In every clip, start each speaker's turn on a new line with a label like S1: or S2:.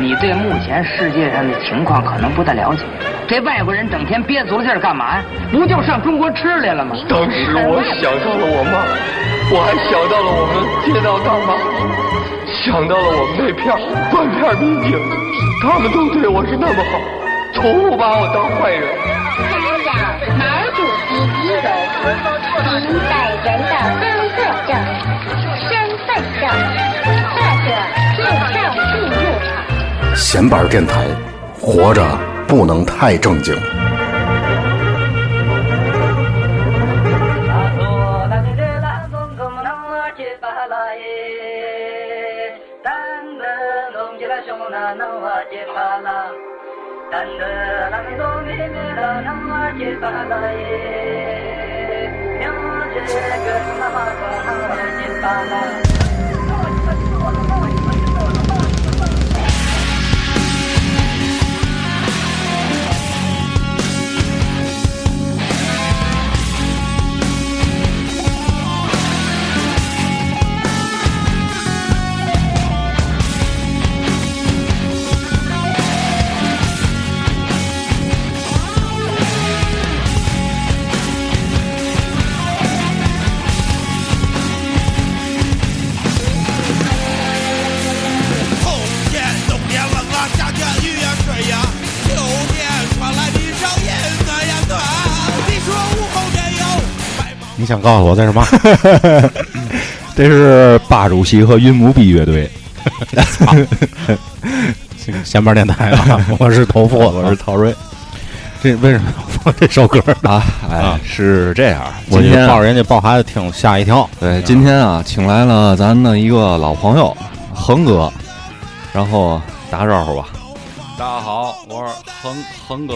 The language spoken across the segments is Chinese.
S1: 你对目前世界上的情况可能不太了解。这外国人整天憋足了劲儿干嘛呀？不就上中国吃来了吗？
S2: 当时我想到了我妈，我还想到了我们街道大妈，想到了我们那片儿半片儿民警，他们都对我是那么好，从不把我当坏人。
S3: 家长毛主席遗容，您本人的工作证、身份证或者护照记录。
S4: 闲板电台，活着不能太正经。
S5: 后天冬天冷啊，夏天雨呀水呀，秋天传来的声音那样暖。你说午后天有白茫
S6: 你想告诉我这是 嘛？
S7: 这是巴主席和云母逼乐队，
S6: 闲板电台 啊，我是头发，
S7: 我是曹睿
S6: 这为什么要放这首歌？
S2: 啊，
S6: 啊
S2: 哎，是这样，
S6: 我
S2: 今
S6: 就
S2: 天
S6: 抱着人家抱孩子听，吓一跳。
S2: 对，今天啊，请来了咱的一个老朋友恒哥，然后打招呼吧。
S8: 大家好，我是恒恒哥，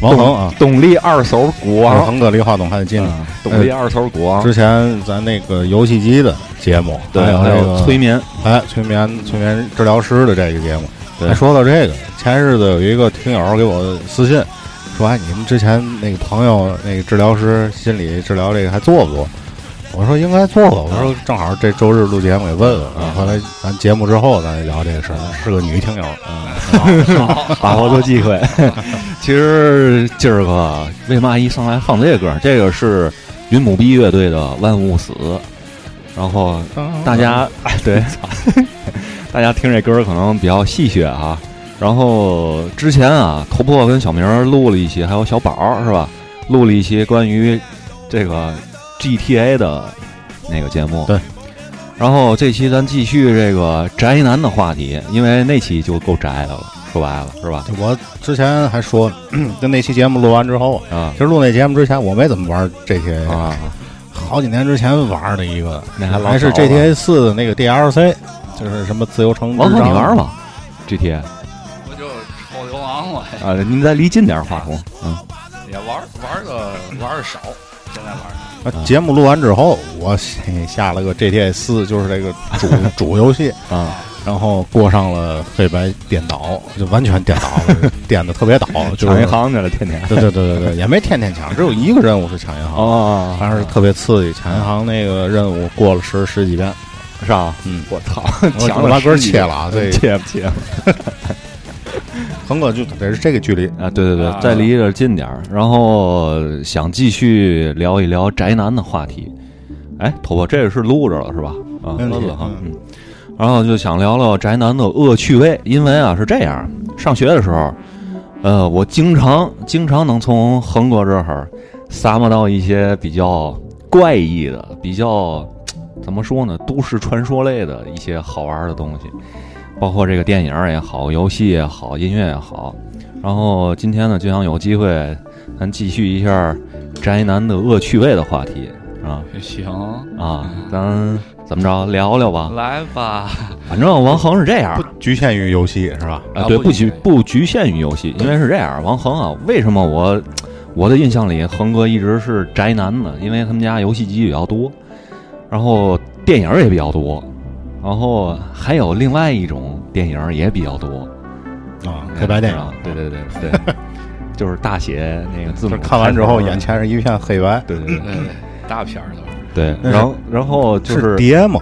S6: 王恒啊，
S2: 董力二手股
S6: 王
S2: 王，
S6: 恒哥离话筒还得近。
S2: 嗯哎董力二手股王，
S6: 之前咱那个游戏机的节目，
S2: 对，
S6: 还有
S2: 还
S6: 那
S2: 有
S6: 个
S2: 催眠，
S6: 哎，催眠催眠治疗师的这个节目。
S2: 对
S6: 哎说到这个，前日子有一个听友给我私信，说哎，你们之前那个朋友那个治疗师心理治疗这个还做不做？我说应该做
S2: 啊
S6: 了，我说正好这周日录节目也问问，后来咱节目之后咱就聊这个事儿，是个女听友，
S2: 啊把握住机会。 其实今儿个为嘛一上来放这歌？这个是云母逼乐队的《万物死》，然后大家
S6: 嗯
S2: 哎 对，大家听这歌可能比较戏谑啊。然后之前啊，头破跟小明儿录了一期，还有小宝儿是吧？录了一期关于这个 GTA 的那个节目。
S6: 对。
S2: 然后这期咱继续这个宅男的话题，因为那期就够宅的了，说白了是吧？
S6: 我之前还说， 就那期节目录完之后，
S2: 啊
S6: 其实录那节目之前我没怎么玩这些，
S2: 啊，
S6: 好几年之前玩的一个，
S2: 那还老
S6: 还是
S2: 早了
S6: GTA 四的那个 DLC，就是什么自由城之
S2: 王
S6: 章。
S2: 总哦你玩吗？GTA
S8: 我就是臭流氓了，
S2: 啊，您再离近点话筒。嗯，
S8: 也玩玩的玩的少，现在玩的
S6: 啊节目录完之后，我下了个 GTA 四，就是这个主 主游戏
S2: 啊，
S6: 然后过上了黑白颠倒，就完全颠倒了，颠的特 别倒，就是
S2: 抢银。行去了，天天。
S6: 对对对对对，也没天天抢，只有一个任务是抢银 行，
S2: 哦
S6: 还是特别刺激。抢银行那个任务过了十十几遍，
S2: 是吧？
S6: 嗯，
S2: 我操，
S6: 我
S2: 抢
S6: 我
S2: 了
S6: 把歌
S2: 十几
S6: 切了啊，对，
S2: 切不切？
S6: 恒哥就得是这个距离。
S2: 啊，对对对
S8: 啊，
S2: 再离着近点儿，然后想继续聊一聊宅男的话题。哎，头发这个是录着了是吧？啊，
S6: 没问题
S2: 录着哈，
S6: 嗯
S2: 嗯。然后就想聊聊宅男的恶趣味，因为啊是这样，上学的时候，呃，我经常经常能从恒哥这儿撒摸到一些比较怪异的、比较怎么说呢，都市传说类的一些好玩的东西，包括这个电影儿也好，游戏也好，音乐也好。然后今天呢，就想有机会，咱继续一下宅男的恶趣味的话题啊
S8: 行，
S2: 啊，咱怎么着聊聊吧。
S8: 来吧，
S2: 反正王恒是这样
S6: 不局限于游戏是吧？
S8: 啊
S2: 啊，对，
S8: 不
S2: 不
S8: 局
S2: 局不局限于游戏，因为是这样，王恒啊，为什么我我的印象里恒哥一直是宅男呢？因为他们家游戏机比较多，然后电影也比较多，然后还有另外一种电影也比较多，
S6: 啊，黑白电
S2: 你知道
S6: 影，
S2: 对对对 对，就是大写那个字
S6: 就是
S2: 母开头，啊
S6: 看完之后眼前是一片黑白，
S2: 对对
S8: 对，大片儿的，
S2: 对
S6: 那
S2: 对，
S6: 是
S2: 然后然后就是
S6: 碟吗？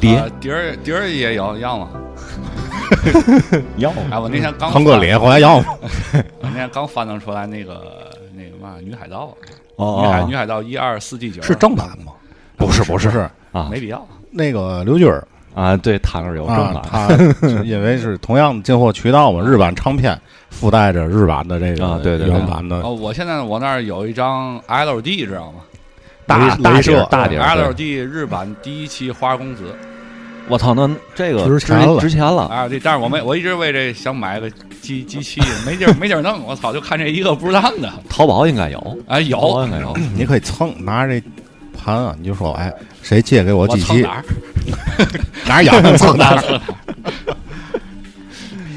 S2: 碟
S8: 呃啊碟儿碟儿也有样了，
S6: 要
S2: 啊
S8: 哎，我那天
S2: 哦
S8: 刚
S6: 腾个脸，后来要吗？
S8: 我那天刚翻腾出来那个那个嘛《女海盗》，
S2: 哦
S8: 女海
S2: 哦
S8: 女海盗一二四 G 九
S6: 是正版吗？
S2: 不是不是
S6: 是
S2: 啊
S8: 没必要，
S6: 那个刘军儿
S2: 啊，对，弹个有正
S6: 啊，
S2: 版
S6: 他 是因为是同样的进货渠道嘛，日版唱片附带着日版的这个
S2: 啊对对对
S6: 原版的
S8: 哦，我现在我那儿有一张 LD，知道吗
S2: 大
S6: 雷
S2: 大
S6: 雷
S2: 碟
S6: 射
S2: 大碟儿，对
S8: ？LD 日版第一期《花公子啊》
S2: 我操，那这个
S6: 之前了
S2: 之前了，
S8: ，LD，但是我没，我一直为这想买个机机器，没地儿没地儿弄，我操，就看这一个不让的，
S2: 淘宝应该有，
S8: 哎，
S2: 淘宝
S8: 有
S2: 应 该有，
S6: 你可以蹭拿着这盘啊，你就说哎，谁借给我
S8: 我
S6: 几
S8: 蹭
S6: 期
S8: 哪？儿？
S6: 哪有 人蹭哪？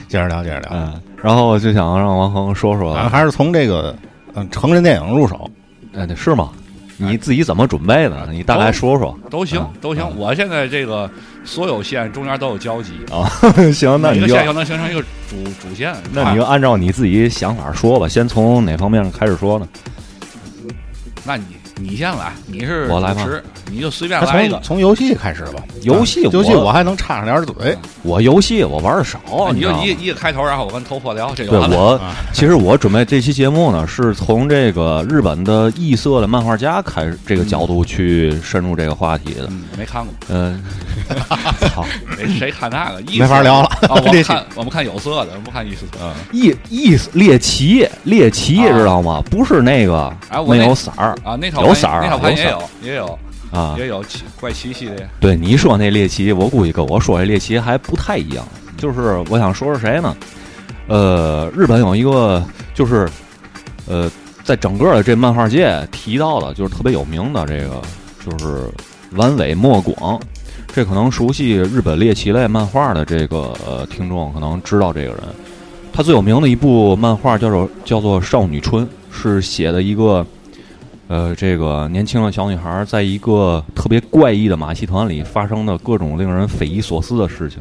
S6: 接着聊，接着聊，
S2: 嗯，哦然后我就想让王恒说说，
S8: 啊
S6: 咱还是从这个嗯成人电影入手。
S2: 哎，对，是吗？你自己怎么准备的？你大概说说
S8: 都行
S2: 嗯
S8: 都行，我现在这个所有线中间都有交集，
S2: 啊。 行，那
S8: 每
S2: 你
S8: 个
S2: 就
S8: 线又能形成一个主主线，
S2: 那你就按照你自己想法说吧。先从哪方面开始说呢？
S8: 那你你先来，你是
S2: 我来
S8: 主
S2: 吗
S8: 持，你就随便
S6: 那
S8: 来一个
S6: 从。从游戏开始吧，
S2: 游戏
S6: 啊游戏
S2: 我嗯
S6: 我还能插上点嘴，
S2: 我游戏我玩的少，
S8: 啊你
S2: 知
S8: 就
S2: 道吗
S8: 一一个开头，然后我跟头破聊，这就
S2: 对
S8: 完了。
S2: 我
S6: 啊，
S2: 其实我准备这期节目呢，是从这个日本的异色的漫画家开始这个角度去深入这个话题的。
S8: 嗯，没看过，
S2: 嗯， 好，
S8: 谁谁看那个？异
S6: 没法聊了
S8: 色啊！我们
S6: 这期
S8: 看我们看有色的，我们不看异色的。
S2: 异异猎奇，猎奇
S8: 啊
S2: 知道吗？不是那个
S8: 哎我
S2: 没
S8: 那
S2: 有色儿
S8: 啊，那套
S2: 有
S8: 盘
S2: 色儿啊
S8: 那套盘
S2: 有
S8: 也
S2: 色儿
S8: 有，也有，
S2: 啊。
S8: 也有奇怪奇系列。
S2: 对你说那猎奇，我估计跟我说这猎奇还不太一样。
S8: 嗯
S2: 就是我想说说谁呢？呃，日本有一个就是呃，在整个的这漫画界提到的，就是特别有名的这个就是丸尾莫广。这可能熟悉日本猎奇类漫画的这个呃听众可能知道这个人。他最有名的一部漫画叫做叫做《少女春》，是写的一个呃，这个年轻的小女孩在一个特别怪异的马戏团里发生的各种令人匪夷所思的事情，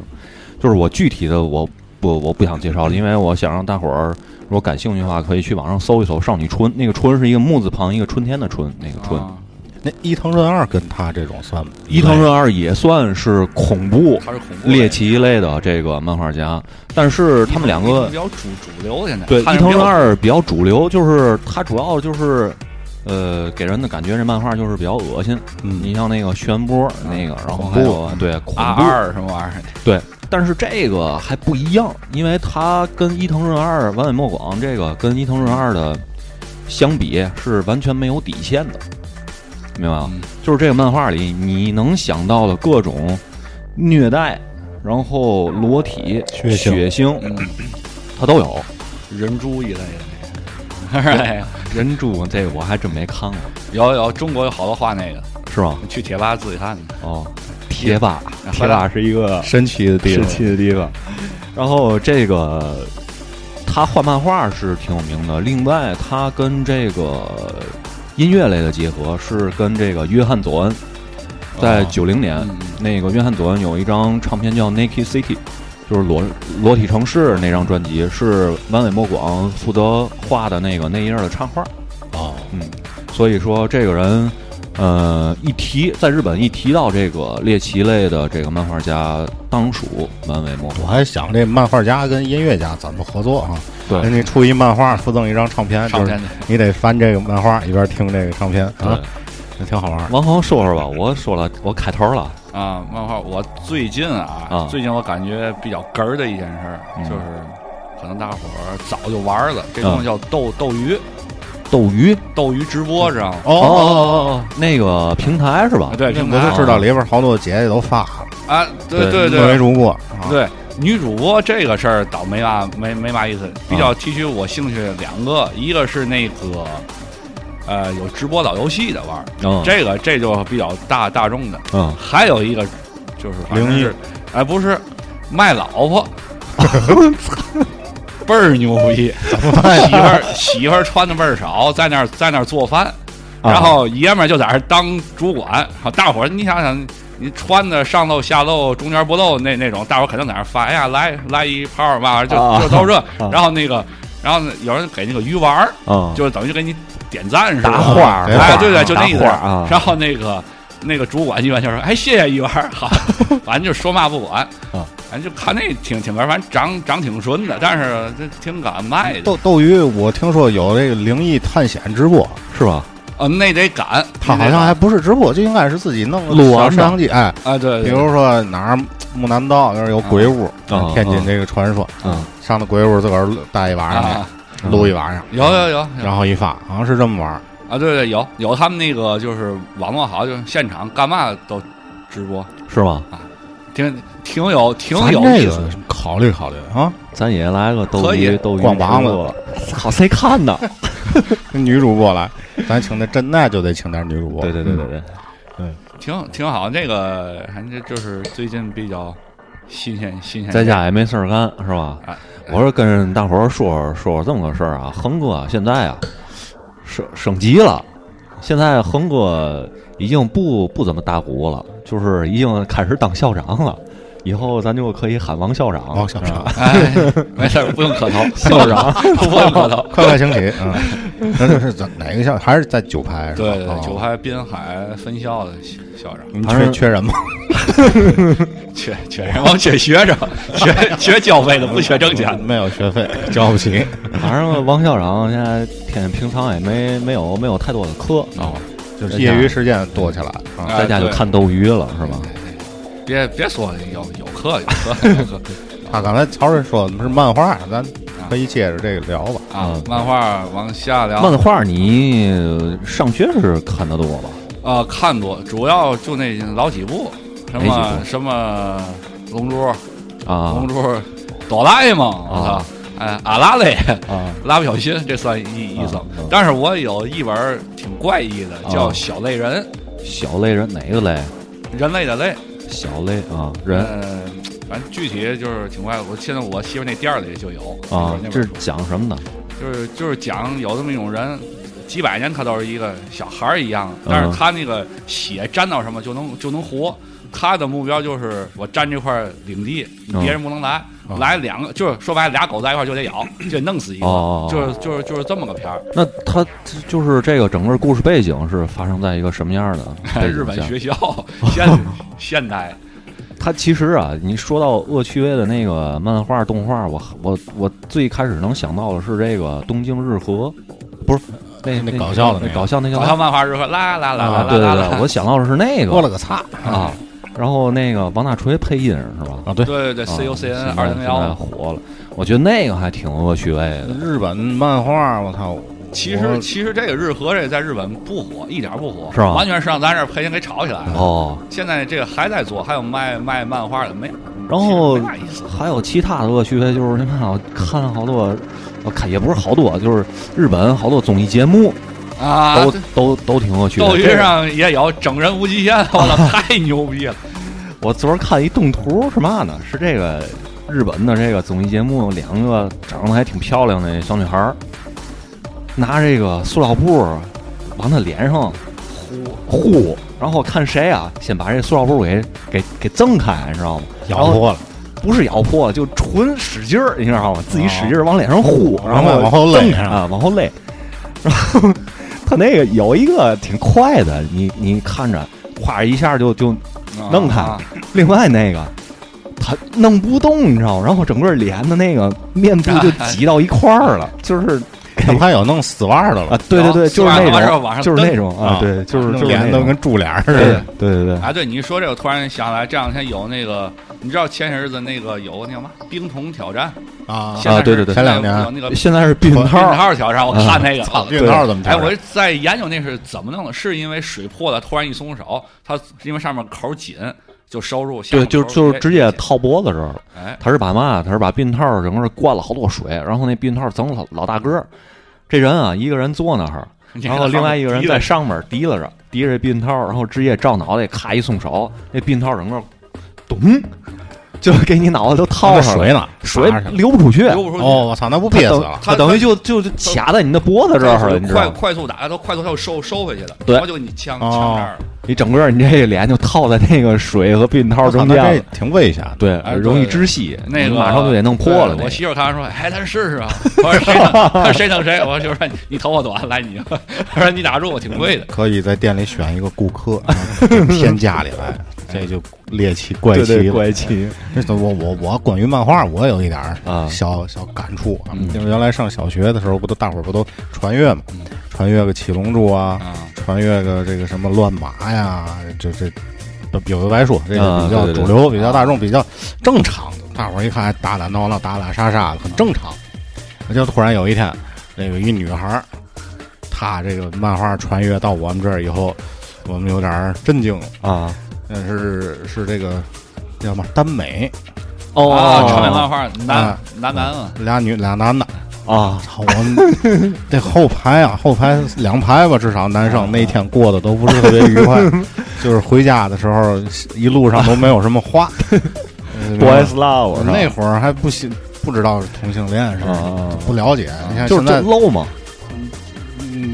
S2: 就是我具体的我不我不想介绍了，因为我想让大伙儿如果感兴趣的话，可以去网上搜一搜《少女春》，那个“春”是一个木字旁，一个春天的“春”，那个“春”
S8: 啊，
S6: 那伊藤润二跟他这种算吗？
S2: 伊藤润二也算是恐怖、
S8: 它是恐怖
S2: 猎
S8: 类
S2: 奇类的这个漫画家，但是他们两
S8: 伊藤
S2: 个
S8: 比较主主流，现在
S2: 对，
S8: 看
S2: 伊
S8: 着
S2: 藤
S8: 比较
S2: 润二比较主流，就是他主要就是，呃，给人的感觉这漫画就是比较恶心。
S6: 嗯
S2: 你像那个漩涡那个，然后
S6: 恐
S2: 还
S6: 怖
S2: 有对恐
S8: 啊
S2: 怖，
S8: 二什么玩意儿的？
S2: 对，但是这个还不一样，因为他跟伊藤润二、丸尾莫广这个跟伊藤润二的相比是完全没有底线的，明白吗？
S8: 嗯
S2: 就是这个漫画里你能想到的各种虐待，然后裸体、
S6: 血
S2: 血
S6: 腥嗯
S2: 腥，他都有。
S8: 人猪一类的 那个。哎呀
S2: 人猪这个我还真没看过，
S8: 有有，中国有好多画那个，
S2: 是吗？
S8: 你去贴吧自己看去。
S2: 哦，贴吧，
S8: 回
S2: 贴
S8: 来
S2: 吧是一个
S6: 神奇的地
S2: 神
S6: 方，
S2: 奇的地方。然后这个他画漫画是挺有名的，另外他跟这个音乐类的结合是跟这个约翰·佐恩，在
S8: 哦
S2: 九零年、
S8: 嗯
S2: 那个约翰·佐恩有一张唱片叫《Naked City》。就是裸裸体城市那张专辑是丸尾莫广负责画的那个那一页的插画，
S6: 哦，
S2: 嗯，所以说这个人，呃，一提在日本一提到这个猎奇类的这个漫画家，当属漫威莫
S6: 我
S2: 广。
S6: 还想这漫画家跟音乐家怎么合作啊？
S2: 对
S6: 人家出一漫画，附赠一张唱片，
S8: 唱
S6: 就是
S8: 片的
S6: 你得翻这个漫画，一边听这个唱片啊
S2: 对，，啊
S6: 那挺好玩儿。
S2: 王恒说说吧，我说了，我开头了，
S8: 啊，漫画我最近啊，
S2: 啊
S8: 最近我感觉比较哏儿的一件事儿、
S2: 嗯
S8: 就是，可能大伙儿早就玩儿了，这东西叫斗、斗鱼，
S2: 斗鱼。
S8: 斗鱼直播知道吗？
S2: 哦
S6: 哦，
S2: 哦哦，那个平台是吧？
S8: 啊，对，
S6: 那
S8: 平
S6: 我
S8: 台
S6: 就知道里边好多姐姐都发了，
S8: 啊，对
S2: 对
S8: 对
S6: 没
S8: 对
S6: 如过啊。
S8: 对，女主播这个事儿倒没嘛没没嘛意思，比
S2: 嗯
S8: 较提取我兴趣两个，一个是那个，呃，有直播老游戏的玩儿，
S2: 嗯，
S8: 这个这就比较大大众的，
S2: 嗯，
S8: 还有一个就是反正
S6: 灵异
S8: 是，哎，不是卖老 婆，倍儿牛逼，媳妇儿媳妇儿穿的倍儿少，在那儿在那儿做饭，
S2: 啊
S8: 然后爷们儿就在那儿当主管，好大伙儿你想想。你穿的上漏下漏中间不漏那那种，大伙儿肯定在那儿发，哎呀，来来一泡儿嘛，就
S2: 啊
S8: 就都这
S2: 啊。
S8: 然后那个，然后有人给那个鱼丸儿，
S2: 嗯，
S8: 就是等于就给你点赞似的，
S2: 打花儿
S8: 哎，
S6: 打
S8: 对对，就
S2: 打
S8: 那意思。
S2: 花儿啊
S8: 然后那个那个主管一般就说：“哎，谢谢一元儿， 好。”反正就说嘛不管
S6: 啊，
S8: 反正就看那挺挺杆，反正长长挺顺的，但是这挺敢卖的。
S6: 斗斗鱼，我听说有这个灵异探险直播，
S2: 是吧？
S8: 呃，那得敢，
S6: 他
S8: 那
S6: 好
S8: 得
S6: 像
S8: 敢
S6: 还不是直播，就应该是自己弄
S2: 录完
S6: 小
S2: 了
S6: 摄像机，哎，
S8: 啊，对，
S6: 比
S8: 对
S6: 如说哪儿木南道那儿有鬼屋，
S2: 啊
S6: 天津这个传说，
S2: 啊
S6: 上的鬼屋自个儿待一晚上
S8: 啊，，
S6: 去，录一晚上，
S8: 有有
S2: 嗯
S8: 有有
S6: 然后一发，好像是这么玩儿。
S8: 啊，对对有有他们那个就是网络好，就是现场干嘛都直播，
S2: 是吗？
S8: 啊挺挺有挺
S6: 咱
S8: 有
S6: 这
S8: 意思
S6: 个
S8: 的。
S6: 考虑考虑啊，
S2: 咱也来个斗
S8: 可
S2: 鱼
S8: 以
S2: 斗鱼
S6: 逛王八
S2: 子，操，谁看呢？
S6: 跟女主播 来，咱请的真奈就得请点女主播。
S2: 对对对对
S6: 嗯，
S2: 对，
S8: 挺挺好，这个反正就是最近比较新鲜新鲜。
S2: 在家也没事儿干，是吧
S8: 啊？
S2: 我说跟大伙儿说说这么个事儿啊，恒哥啊现在啊升升级了，现在恒哥已经不不怎么打鼓了，就是已经开始当校长了。以后咱就可以喊王校长，
S6: 王校长
S2: 是吧，
S8: 哎，没事儿，不用磕 头，
S2: 校长
S8: 不用磕 头。
S6: 快快请起啊！ 嗯那这是咱哪个校？还是在九排？是吧
S8: 对对
S6: 哦
S8: 对，九排滨海分校的校长，
S6: 你
S2: 反
S6: 缺
S2: 正
S6: 缺人吗？
S8: 缺缺人，我们缺学 生，缺缺交费的，不缺挣钱的。
S6: 没有学费，交 不起。
S2: 反正王校长现在天平常也没没有没有太多的课，
S8: 哦，
S6: 就是业余时间多起来啊！
S8: 哎
S2: 在家就
S8: 对
S2: 看斗鱼了，是吧？
S8: 别别说了，有有课有课有 课
S6: 他啊刚才曹睿说的是漫画，咱可以接着这个聊吧。
S8: 啊！漫画往下聊，
S2: 嗯漫画你上学时看得多吧？
S8: 呃，看多，主要就那老几部，什
S2: 哪几
S8: 么
S2: 部
S8: 什么龙珠、
S2: 啊
S8: 龙珠、哆啦 A 梦，我操，哎，阿 拉蕾、
S2: 啊
S8: 蜡笔小新，这算一一
S2: 啊
S8: 种
S2: 啊。
S8: 但是我有一本儿挺怪异的，叫
S2: 啊
S8: 《小类人》，
S2: 小类人哪个类？
S8: 人类的类。
S2: 小类啊，人
S8: 呃，反正具体就是挺怪。我现在我媳妇那店儿里就有
S2: 啊，
S8: 那
S2: 这
S8: 本
S2: 是
S8: 书
S2: 讲什么的？
S8: 就是就是讲有这么一种人，几百年他都是一个小孩儿一样，但
S2: 嗯
S8: 是他那个血沾到什么就能就能活。他的目标就是我占这块领地，
S2: 嗯
S8: 别人不能来，来两个就是说白了俩狗在一块儿就得咬，就得弄死一个，
S2: 哦哦哦
S8: 就是就是就是这么个片儿。
S2: 那他就是这个整个故事背景是发生在一个什么样的背景
S8: 日本
S2: 下
S8: 学校 现现代
S2: 他其实啊，你说到恶趣味的那个漫画动画，我我我最开始能想到的是这个《东京日和》，不是那
S6: 那搞笑的那
S2: 那
S6: 个
S2: 搞笑那叫
S8: 搞笑漫画日和啦啦啦啦
S2: 啊，
S8: 啦
S2: 对
S8: 啦
S2: 对对，我
S8: 啦，
S2: 想到的是那
S6: 过了
S2: 个
S6: 个擦
S2: 啊，然后那个王大锤配音是吧？
S6: 啊！对，
S8: 对对对
S2: 啊
S8: ，C U C N
S2: 现在
S8: 二零
S2: 现在
S8: 幺，
S2: 火了，我觉得那个还挺恶趣味的。
S6: 日本漫画，我操！
S8: 其
S6: 我
S8: 实其实这个日和这个在日本不火，一点儿不火，
S2: 是吧
S8: 完全是让咱这儿赔钱给炒起来了。
S2: 哦，
S8: 现在这个还在做，还有卖卖漫画的 没？
S2: 然
S8: 其
S2: 后
S8: 实没大意思
S2: 还有其他的恶趣味，就是你看我啊看好多，我看也不是好多，啊就是日本好多综艺节目
S8: 啊，
S2: 都都都挺恶趣味。
S8: 斗鱼
S2: 这个
S8: 上也有整人无极限，我操，太牛逼了！
S2: 我昨儿看一动图是嘛呢？是这个日本的这个综艺节目，两个长得还挺漂亮的小女孩儿，拿这个塑料布儿往她脸上糊糊，然后看谁啊先把这塑料布儿给给给挣开，你知道吗？然
S6: 咬
S2: 后
S6: 破了，
S2: 不是咬破，就纯使劲儿，你知道吗？自己使劲儿往脸上呼，
S6: 哦
S2: 然后
S6: 往后勒
S2: 蹬啊，往后勒。 然后他那个有一个挺快的，你你看着，咵一下就就弄开。
S8: 啊
S2: 另外那个他弄不动，你知道吗？然后整个脸的那个面部 就挤到一块儿了，就是
S6: 他们还有弄丝袜的
S2: 啊
S6: 了，，
S2: 对对对，就是那
S8: 往上
S2: 种
S8: 往，上
S2: 就是那种啊，
S6: 啊
S2: 对，就是
S6: 弄
S2: 就是
S6: 脸
S2: 那
S6: 都
S2: 种
S6: 跟猪脸儿似
S2: 对
S6: 的。
S2: 对对对，
S8: 啊，对，你一说这，我突然想来，这两天有那个，你知道前些日子那个有那叫嘛冰桶挑战
S6: 啊
S8: 现在是
S2: 对对对
S6: 前两年
S8: 有那个
S2: 现在是避孕
S8: 冰
S2: 套儿，
S8: 套挑战，我看那个，
S6: 操，
S8: 我
S6: 这啊套怎么
S8: 哎，
S6: 挑
S8: 我
S6: 战？
S8: 在研究那是怎么弄的，是因为水破了，突然一松手，它因为上面口紧就收住，下
S2: 对，
S8: 面
S2: 就
S8: 口
S2: 就是直接套脖子这儿了。
S8: 哎，
S2: 他是把嘛？他是把避孕套儿整个灌了好多水，然后那避孕套儿整老老大个儿。这人啊，一个人坐那儿，然后另外一个人在上面提拉着，提着避孕套儿，然后直接照脑袋，咔一松手，那避孕套儿整个咚就给你脑子都套
S6: 那
S2: 上了，
S6: 水呢？
S2: 水
S6: 打上去
S2: 流不出去，
S8: 流不出去。
S6: 哦，我操，那不
S2: 它
S6: 憋死
S2: 等
S6: 了！
S2: 它等于就就就卡在你的脖子这儿了，你知
S8: 快
S2: 道吗？
S8: 快速打，它快速它又收收回去了，
S2: 对
S8: 然后就给你呛
S6: 哦
S8: 呛这儿了。
S2: 你整个你这个脸就套在那个水和避孕套
S6: 我操，
S2: 中
S6: 那
S2: 间
S6: 这
S2: 了，
S6: 挺危险的。
S2: 对
S8: 哎，对
S2: 容易
S8: 对
S2: 窒息，
S8: 那个
S2: 嗯马上就给弄破
S8: 对
S2: 了。那
S8: 我
S2: 个
S8: 媳妇儿看完说：“哎，咱试试啊！” 我说：“谁等谁等谁？”我媳妇儿说：“你头发短，来你。” 我说：“你打住，我挺贵的。
S6: 可以在店里选一个顾客， 然后添家里来，这就猎奇怪
S2: 对
S6: 奇
S2: 对
S6: 了。
S2: 怪奇，
S6: 这都我我我关于漫画，我有一点儿
S2: 啊嗯
S6: 小小感触啊。就是原来上小学的时候，不都大伙儿不都穿越嘛，穿越个七龙珠啊，
S8: 啊
S6: 穿越个这个什么乱麻呀，这这这有的白说，这个
S2: 啊
S6: 比较
S2: 对对
S6: 主
S2: 对
S6: 流、比较大众、比较正常的。大伙儿一看，哎打打闹闹、打打杀杀的，很正常。就突然有一天，那个一女孩儿，她这个漫画穿越到我们这儿以后，我们有点儿震惊了。
S2: 啊，
S6: 但是是这个叫什么耽美，
S2: 哦
S8: 啊，长尾漫画男
S6: 啊
S8: 男男嘛，
S6: 俩女俩男的，
S2: 啊，
S6: 操我们这后排啊，后排两排吧，至少男
S2: 啊
S6: 生那一天过得都不是特别愉快， 就是回家的时候一路上都没有什么
S2: 啊
S6: 话。呃
S2: boys love 是吧
S6: 那会儿还不信，不知道是同性恋是吧
S2: 啊
S6: 不了解。你看
S2: 就是
S6: 现在
S2: 就露嘛，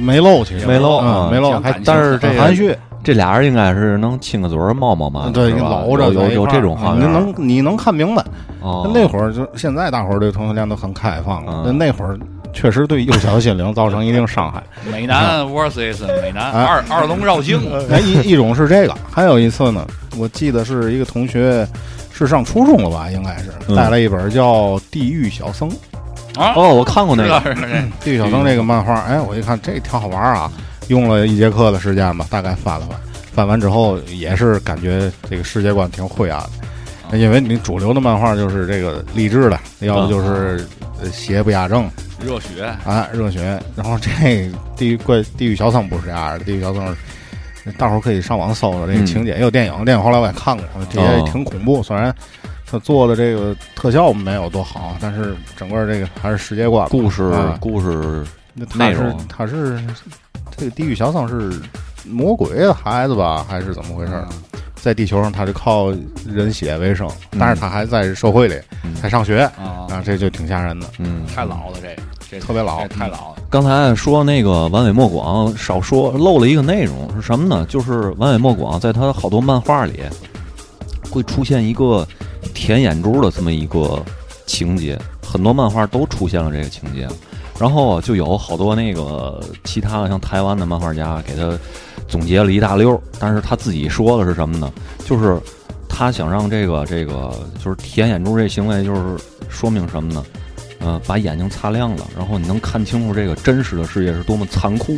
S6: 没露，其实
S2: 没露
S6: 嗯
S2: 啊
S6: 没露，
S8: 讲
S6: 还
S8: 感情
S2: 但是这
S6: 很
S2: 个
S6: 含蓄，
S2: 这俩人应该是能亲个嘴儿、冒冒嘛，
S6: 啊嗯对，
S2: 啊是吧
S6: 搂着
S2: 有
S6: 在一
S2: 有有
S6: 块儿
S2: 这种
S6: 啊
S2: 画
S6: 你
S2: 面，
S6: 能你能看明白。
S2: 哦
S6: 那会儿就现在，大伙儿对同性恋都很开放了
S2: 嗯，
S6: 但那会儿确实对幼小心灵造成一定伤害。
S8: 美男 versus 美男
S6: 啊
S8: 二二龙绕境，
S2: 嗯
S6: 哎，一一种是这个，还有一次呢，我记得是一个同学，是上初中了吧，应该是
S2: 嗯
S6: 带了一本叫《地狱小僧》《
S8: 啊，
S2: 哦，我看过那
S8: 是
S2: 个
S8: 吧，是是
S6: 地狱小僧》这个漫画，哎，我一看这挺好玩啊，用了一节课的时间吧，大概翻了翻，翻完之后也是感觉这个世界观挺灰暗的，因为你主流的漫画就是这个励志的，要不
S2: 啊
S6: 就是呃邪不压正，
S8: 热血，
S6: 啊，热血。然后这地狱怪地狱小僧不是这样的，地狱小僧是，大伙儿可以上网搜搜这个
S2: 嗯
S6: 情节，也有电影，电影后来我也看过，这
S2: 哦
S6: 也挺恐怖。虽然他做的这个特效没有多好，但是整个这个还是世界观吧
S2: 故事
S6: 啊，
S2: 故事
S6: 那
S2: 内
S6: 他是
S2: 容
S6: 他是这个地狱小僧是魔鬼的孩子吧，还是怎么回事儿？在地球上，他是靠人血为生，但是他还在社会里，
S2: 嗯
S6: 还上学
S8: 啊，
S6: 啊，这就挺吓人的，
S2: 嗯，
S8: 太老了，这这
S6: 特别老嗯
S8: 这太老了。
S2: 刚才说那个完尾莫广少说漏了一个内容是什么呢？就是完尾莫广在他好多漫画里会出现一个舔眼珠的这么一个情节，很多漫画都出现了这个情节。然后就有好多那个其他的像台湾的漫画家给他总结了一大溜儿，但是他自己说的是什么呢？就是他想让这个这个就是舔眼珠这行为，就是说明什么呢？呃，把眼睛擦亮了，然后你能看清楚这个真实的世界是多么残酷，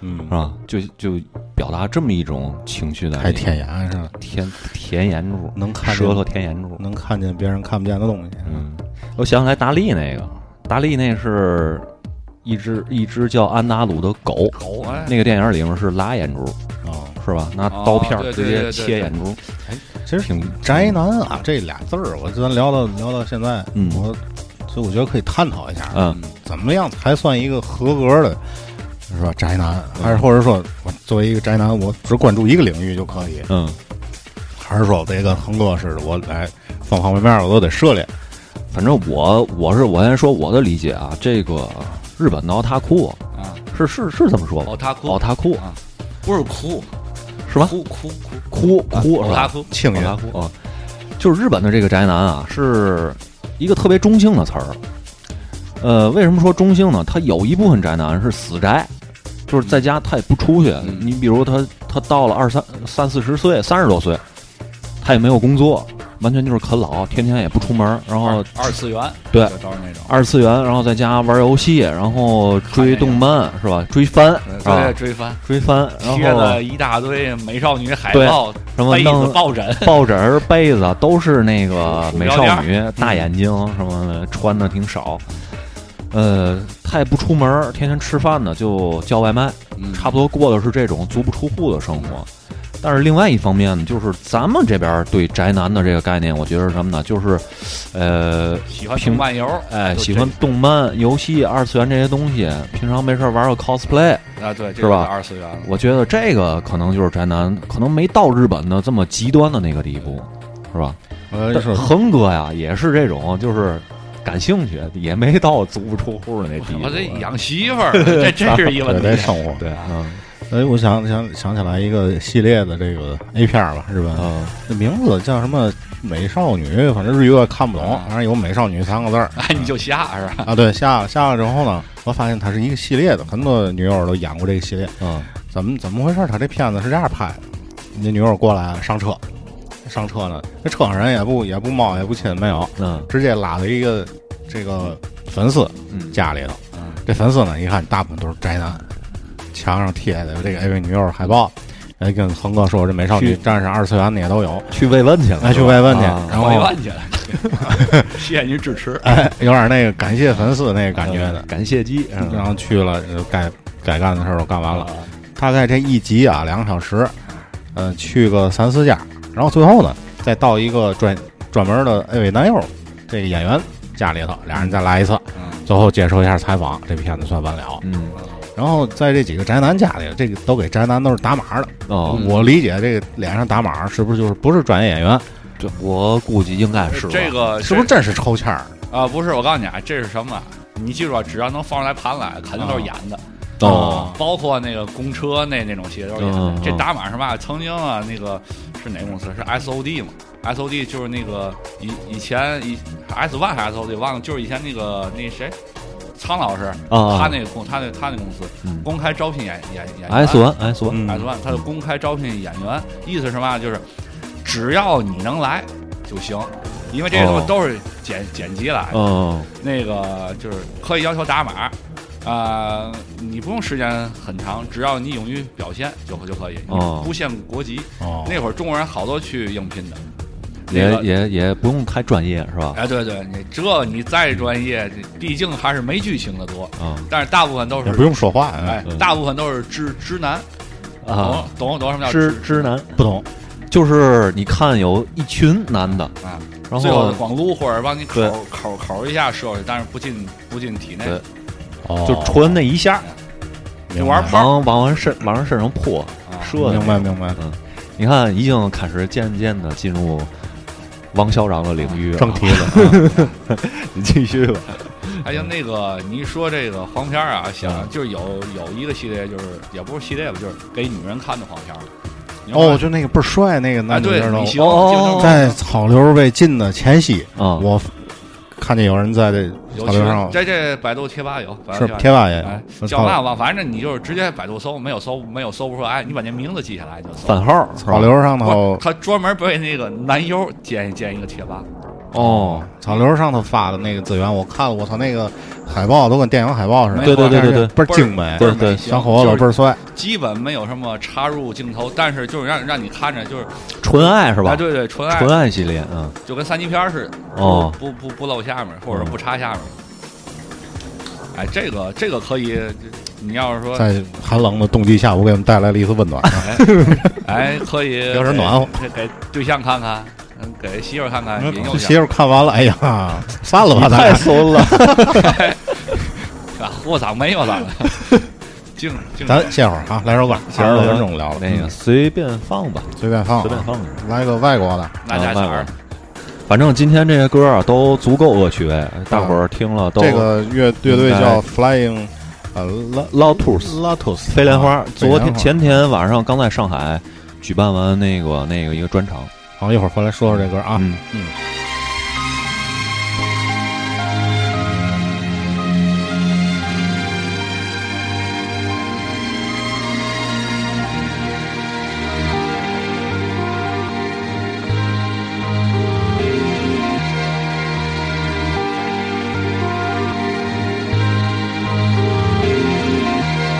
S6: 嗯
S2: 是，吧？就就表达这么一种情绪在里
S6: 还
S2: 面。
S6: 天眼是吧？
S2: 甜甜眼珠，
S6: 能看见
S2: 舌头甜眼珠。
S6: 能看见别人看不见的东西。
S2: 嗯，我想起来达利那个，达利那是一只一只叫安达鲁的狗，
S8: 狗哎
S2: 那个电影里面是拉眼珠，
S6: 哦，
S2: 是吧？拿
S8: 哦
S2: 刀片儿
S8: 对
S2: 直
S8: 对
S2: 接
S8: 对对
S2: 切
S8: 对
S2: 眼珠，
S6: 其实
S2: 挺
S6: 宅男啊这俩字儿，我咱聊到聊到现在，
S2: 嗯
S6: 我所以我觉得可以探讨一下，啊
S2: 嗯，
S6: 怎么样才算一个合格的，是吧？宅男，还是或者说我作为一个宅男，我只关注一个领域就可以，
S2: 嗯，
S6: 还是说我得跟恒哥似的，我来方方面面我都得涉猎？
S2: 反正我我是我先说我的理解啊，这个日本的奥塔库
S8: 啊，
S2: 是是是这么说吧？
S8: 奥塔库
S2: 奥塔库
S8: 啊不是哭，
S2: 是吧？
S8: 哭哭哭，啊
S2: 哭哭
S8: 奥
S2: 是
S8: 塔
S2: 吧？
S8: 库
S6: 庆
S2: 奥
S6: 爷
S2: 塔库啊，就是日本的这个宅男啊，是一个特别中性的词儿。呃，为什么说中性呢？他有一部分宅男是死宅，就是在家他也不出去。
S8: 嗯
S2: 你比如他，他到了二三三四十岁，三十多岁，他也没有工作，完全就是啃老，天天也不出门儿，然后
S8: 二二次元，
S2: 对
S8: 就都是那种。
S2: 二次元，然后在家玩游戏，然后追动漫是吧？追番啊
S8: 对，，追番，
S2: 追番，然
S8: 贴
S2: 后
S8: 了一大堆美少女海
S2: 对
S8: 报、
S2: 什么
S8: 被
S2: 弄
S8: 子、抱枕，
S2: 抱枕儿、被子都是那个
S8: 鼠
S2: 美
S8: 标垫
S2: 少
S8: 儿嗯
S2: 女，大眼睛什么的，穿的挺少。呃，他也不出门儿，天天吃饭呢，就叫外卖，
S8: 嗯
S2: 差不多过的是这种足不出户的生活。但是另外一方面呢，就是咱们这边儿对宅男的这个概念，我觉得是什么呢？就是，呃，
S8: 喜欢
S2: 平
S8: 动漫游，
S2: 哎，
S8: 就
S2: 喜
S8: 这
S2: 欢动漫、游戏、二次元这些东西，平常没事儿玩个 cosplay，
S8: 啊，对，这
S2: 是
S8: 就
S2: 吧
S8: 二次元了，
S2: 我觉得这个可能就是宅男，可能没到日本的这么极端的那个地步。是吧？
S6: 呃，
S2: 但
S6: 是
S2: 恒哥呀，也是这种，就是感兴趣，也没到足不出户的那地步。
S8: 我这养媳 妇儿，这这是一问
S6: 对，得
S8: 题。
S6: 生活。
S2: 对，嗯
S6: 哎，我想想想起来一个系列的这个 A 片儿吧，日本，
S2: 嗯，
S6: 那名字叫什么美少女，反正日语我也看不懂，反正有美少女三个字儿
S8: 哎，你就瞎是吧？
S6: 啊。对，下下了之后呢，我发现它是一个系列的，很多女友都演过这个系列。
S2: 嗯，
S6: 怎么怎么回事儿？他这片子是这样拍的：那女友过来上车，上车呢，这车上人也不也不猫也不亲，没有，
S2: 嗯
S6: 直接拉到一个这个粉丝
S2: 嗯
S6: 家里头。这粉丝呢，一看大部分都是宅男，墙上贴的有这个 AV 女友海报，哎，跟恒哥说这美少女
S2: 去
S6: 战士二次元的也都有，
S2: 去慰问去了，
S6: 哎，去
S2: 是吧
S6: 慰问去，
S2: 啊
S6: 然
S8: 我一
S6: 后
S8: 万去了， 谢谢您支持。
S6: 哎，有点那个感谢粉丝那个感觉的
S2: 嗯，感谢鸡，嗯
S6: 然后去了呃该该干的事儿都干完了，大概这一集啊两个小时，呃，去个三四家，然后最后呢再到一个专专门的 AV 男友这个演员家里头，俩人再来一次，最后接受一下采访，这片子算完了。
S2: 嗯
S6: 然后在这几个宅男家里，这个都给宅男都是打码的。
S2: 哦，
S6: 我理解这个脸上打码是不是就是不是专业演员，
S2: 这我估计应该是吧
S8: 这个
S6: 是不是真是抽签儿？
S8: 啊？不是，我告诉你啊，这是什么啊？你记住啊，只要能放出来盘来，肯定都是演的。
S2: 哦，
S8: 包括那个公车那那种戏都是演
S2: 嗯
S8: 的
S2: 嗯。
S8: 这打码是嘛？曾经啊，那个是哪个公司？是 SOD 嘛？SOD 就是那个以以前以 S One 还是 SOD 忘了，就是以前那个那谁。苍老师，
S2: 啊
S8: 他那个公，他那他那公司、
S2: 嗯
S8: 公开招聘演演演员嗯
S2: S 嗯1 S 1
S8: S One，他就公开招聘演员，意思是嘛？就是只要你能来就行，因为这些东
S2: 哦
S8: 西都是剪、剪辑来的。
S2: 嗯
S8: 那个就是可以要求打码，啊、你不用时间很长，只要你勇于表现就就可以，你
S2: 哦
S8: 不限国籍。
S6: 哦，
S8: 那会儿中国人好多去应聘的，那
S2: 也
S8: 个
S2: 也也不用太专业是吧？
S8: 哎，对对，你这你再专业，毕竟还是没剧情的多，
S2: 啊
S8: 但是大部分都是
S6: 也不用说话，
S8: 哎
S6: 哎，，
S8: 大部分都是直直男，
S2: 嗯啊，
S8: 懂懂懂什么叫
S2: 知知男
S6: 不懂。
S2: 就是你看有一群男的，
S8: 啊？
S2: 然
S8: 最后
S2: 后
S8: 光撸或者帮你
S2: 对
S8: 口口口一下射，但是不进不进体内，
S2: 对
S6: 哦
S2: 就纯那一下，
S6: 明白
S8: 玩炮
S2: 往往嗯完身往人身上泼
S8: 啊
S2: 射的
S6: 明白明白，
S2: 你看，已经开始渐渐的进入王校长的领域了。
S6: 正题了。
S2: 你 继续吧。
S8: 还行，那个你一说这个黄片儿啊，想就是有有一个系列，就是也不是系列吧，就是给女人看的黄片儿。你知道吗
S6: 哦，，就那个倍儿帅那个
S8: 哎，
S6: 男主
S8: 嗯对
S6: 角，
S8: 你
S6: 都
S8: 行，
S2: 哦
S8: 竞争
S6: 在草榴被禁的前夕，
S2: 啊，
S6: 我看见有人在这
S8: 有
S6: 草
S8: 群
S6: 榴上
S8: 在这百度贴吧有，百
S6: 是
S8: 度
S6: 贴
S8: 吧。
S6: 吧也
S8: 哎，
S6: 有
S8: 叫嘛
S6: 草
S8: 吧，反正你就是直接百度搜，没有搜没有搜不出来，你把那名字记下来就搜。
S2: 番号
S6: 草榴上头
S8: 不，他专门为那个男优建建一个贴吧，
S2: 哦，
S6: 草榴上头发的那个资源，我看了，我操，那个海报都跟电影海报似的，
S8: 对对
S2: 对对对
S6: 倍儿精美，
S2: 对对
S8: 行
S6: 小伙
S8: 就
S6: 子
S8: 是
S6: 倍儿帅，
S8: 基本没有什么插入镜头，但是就是让让你看着就是，
S2: 纯爱是吧？
S8: 哎，对对，纯爱
S2: 纯爱系列，嗯，
S8: 就跟三级片儿似的，
S2: 哦
S8: 不不不露下面，或者不插下面。
S2: 嗯
S8: 哎，这个这个可以，你要是说，
S6: 在寒冷的冬季下午给我们带来了一丝温暖。
S8: 哎，可以
S6: 有点暖和
S8: 给，给给对象看看，嗯，给媳妇儿看看， 引诱一
S6: 媳
S8: 下，
S6: 妇儿看完了，哎呀，散了吧，咱
S2: 太
S6: 俩
S2: 怂了。
S8: 啊，我咋没有了？净净
S6: 咱歇会儿啊，来首歌，歇二十多分钟聊了，
S2: 那个
S6: 嗯
S2: 随便放吧，
S6: 随便
S8: 哦
S6: 放，啊
S2: 随便，放着。
S6: 来个外国的，
S8: 那家
S2: 啊
S8: 小
S2: 慢
S8: 儿
S2: 慢反正今天这些歌啊都足够恶趣味，大伙儿听了都
S6: 这个乐乐队
S2: 应
S6: 叫
S2: 该
S6: Flying，呃，La
S2: Lotus
S6: Lotus
S2: 飞莲花
S6: 啊，
S2: 昨天
S6: 飞莲花
S2: 前天晚上刚在上海举办完那个那个一个专场
S6: 好，一会儿回来说说这歌啊。
S2: 嗯
S6: 嗯。
S5: 我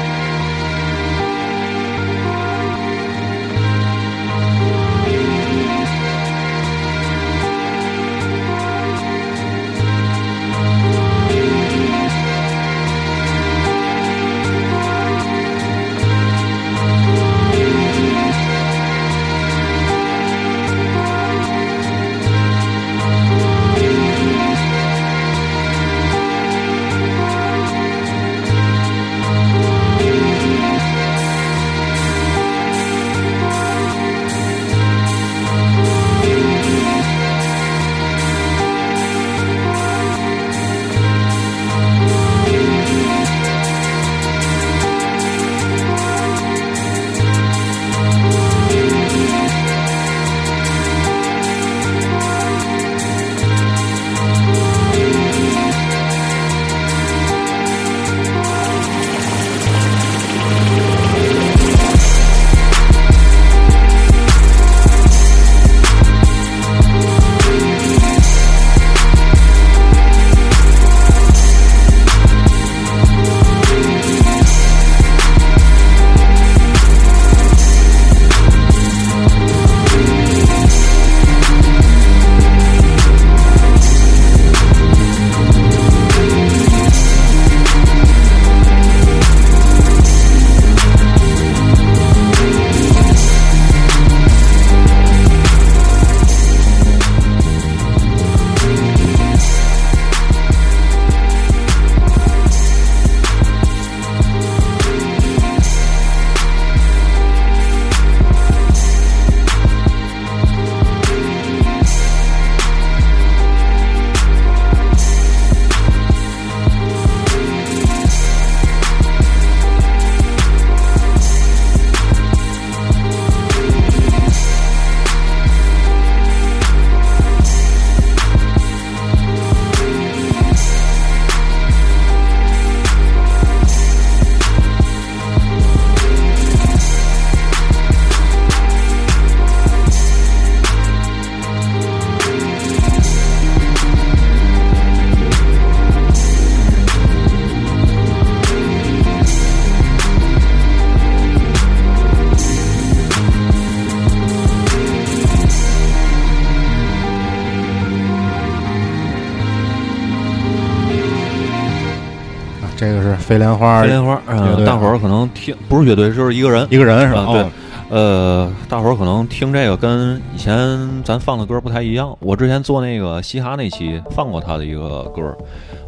S6: 啊是飞莲花
S2: 飞，莲花，
S6: 乐
S2: 嗯，
S6: 队啊
S2: 大伙儿可能听不是乐队，就是一个人
S6: 一个人是吧哦
S2: 啊？对，呃，大伙儿可能听这个跟以前咱放的歌不太一样。我之前做那个嘻哈那期放过他的一个歌儿，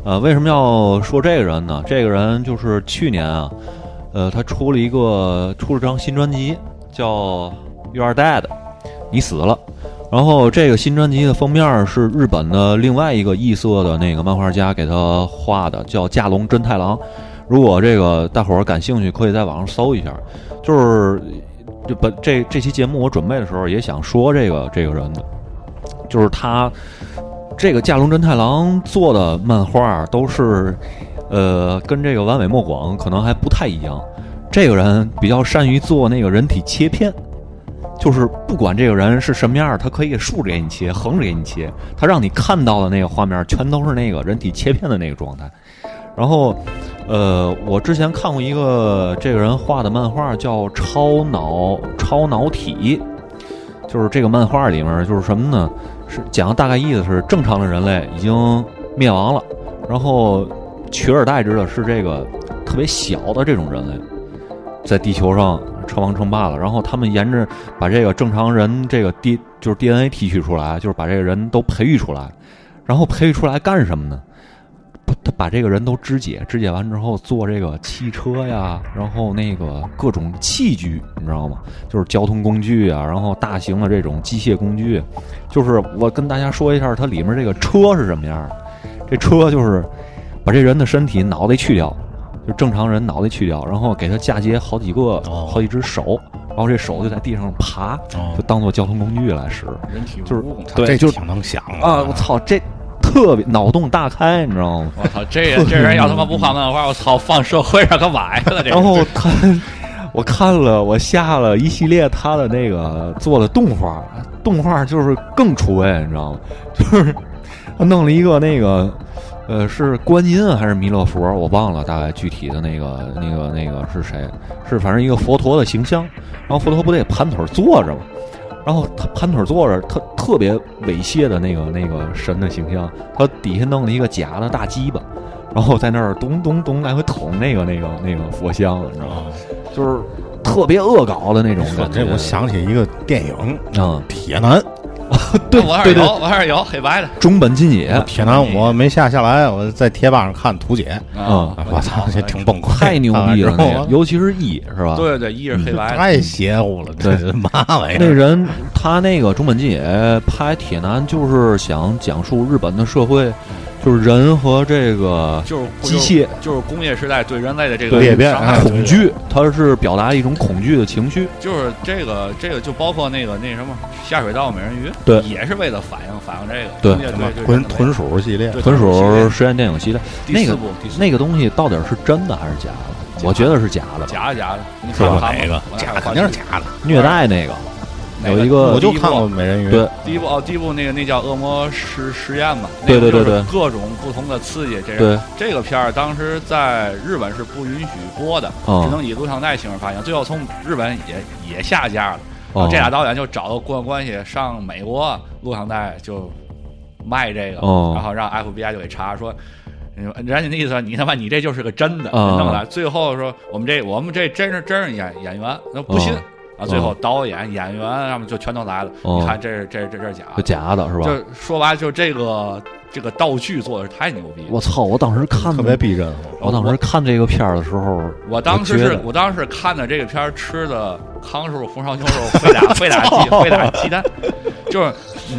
S2: 呃，为什么要说这个人呢？这个人就是去年啊，呃，他出了一个出了张新专辑，叫《You Are Dead》，你死了。然后这个新专辑的封面是日本的另外一个异色的那个漫画家给他画的，叫架龙真太郎。如果这个大伙儿感兴趣，可以在网上搜一下。就是这本这这期节目我准备的时候也想说这个这个人的，就是他这个架龙真太郎做的漫画都是呃跟这个完美莫广可能还不太一样。这个人比较善于做那个人体切片，就是不管这个人是什么样儿，他可以竖着给你切，横着给你切，他让你看到的那个画面全都是那个人体切片的那个状态。然后，呃，我之前看过一个这个人画的漫画，叫《超脑超脑体》，就是这个漫画里面就是什么呢？是讲的大概意思是，正常的人类已经灭亡了，然后取而代之的是这个特别小的这种人类，在地球上称王称霸了。然后他们沿着把这个正常人这个 D 就是 DNA 提取出来，就是把这个人都培育出来，然后培育出来干什么呢？不他把这个人都肢解，肢解完之后做这个汽车呀，然后那个各种器具，你知道吗？就是交通工具啊，然后大型的这种机械工具。就是我跟大家说一下，它里面这个车是什么样的。这车就是把这人的身体脑袋去掉，就正常人脑袋去掉，然后给他嫁接好几个、
S6: 哦
S2: 好几只手，然后这手就在地上爬，
S6: 哦
S2: 就当做交通工具来使。
S8: 人体
S2: 就是
S8: 蜈蚣
S2: 对
S6: 这就
S2: 就
S6: 挺能想的
S2: 啊，我操，这特别脑洞大开，你知道吗？
S8: 我操，这人这人要他妈不画漫画，我操，放社会上干嘛去了？这人
S2: 然后他，我看 了，我下了一系列他的那个做的动画，动画就是更出位，你知道吗？ 就是他弄了一个那个，呃，是观音还是弥勒佛，我忘了大概具体的那个那个那个是谁，是反正一个佛陀的形象，然后佛陀不得盘腿坐着吗？然后他盘腿坐着，特特别猥亵的那个那个神的形象，他底下弄了一个假的大鸡巴，然后在那儿咚咚咚来回捅那个那个那个佛像，你知道吗？就是特别恶搞的那种
S6: 说
S2: 感觉。
S6: 这我想起一个电影
S2: 嗯
S6: 《铁男》，
S8: 对
S6: 哎
S2: 对
S8: 往上
S2: 对对
S8: 摇，往上摇，黑白的。
S2: 中本进也
S6: 《铁男》我没下下来，我在贴吧上看图解，
S2: 啊
S6: 我操，这挺崩溃，啊
S2: 太牛逼了，
S6: 看完之后
S2: 那个尤其是 E 是吧？
S8: 对对对，一是
S2: 嗯
S8: 黑白的，
S6: 太邪乎了，这是嘛
S8: 哎
S6: 玩意
S2: 那
S6: 儿？
S2: 人他那个中本进也拍《铁男》，就是想讲述日本的社会，就是人和这个
S8: 就是
S2: 机械
S8: 就是工业时代对人类的这个
S6: 对裂变
S8: 伤害
S6: 啊
S2: 恐惧，他是表达一种恐惧的情绪。
S8: 就是这个这个就包括那个那什么下水道美人鱼，
S2: 对
S8: 也是为了反映反映这个
S2: 对
S8: 工业
S6: 什么
S8: 对
S6: 豚豚鼠系列，
S8: 对
S2: 纯
S8: 豚鼠系
S2: 属
S8: 列
S2: 实验电影系列，
S8: 第
S2: 那
S8: 四
S2: 个
S8: 部第四部
S2: 那个东西到底是真的还是假的？
S8: 假
S2: 我觉得是假的吧，
S8: 假的假的，你
S6: 是
S8: 看
S6: 吧？
S8: 看
S6: 哪个
S8: 我哪
S6: 假
S8: 有
S6: 的
S8: 话
S6: 肯定是
S8: 剧
S6: 假的，
S2: 虐待那个
S8: 哪
S2: 有一
S8: 哎个
S2: 个
S6: 我就
S8: 第一
S6: 看
S8: 部
S6: 过美人鱼，
S2: 对
S8: 第一部哦，第一部那个那叫恶魔实实验嘛，
S2: 对
S8: 那个
S2: 对
S8: 就是
S2: 对对
S8: 各种不同的刺激，这
S2: 对
S8: 这个片儿当时在日本是不允许播的，
S2: 哦
S8: 只能以录像带形式发行，最后从日本也也下架了。
S2: 哦
S8: 这俩导演就找到过关系上美国录像带就卖这个，
S2: 哦
S8: 然后让 FBI 就给查说。你说人家那意思，你他妈你这就是个真的，
S2: 啊
S8: 弄来最后说我们这我们这真是真是演演员，那不信
S2: 哦
S8: 啊！最后导演、演员他们就全都来了，
S2: 哦
S8: 你看这是这是这是假的，
S2: 就假的是吧？
S8: 就说白了，就这个这个道具做的是太牛逼了。
S2: 我操！我当时看
S6: 特别逼真。
S2: 我当时看这个片儿的时候，
S8: 我当时
S2: 觉
S8: 是
S2: 得
S8: 我当时看的这个片儿，吃的康师傅红烧牛肉非打非打 鸡非打鸡蛋，就是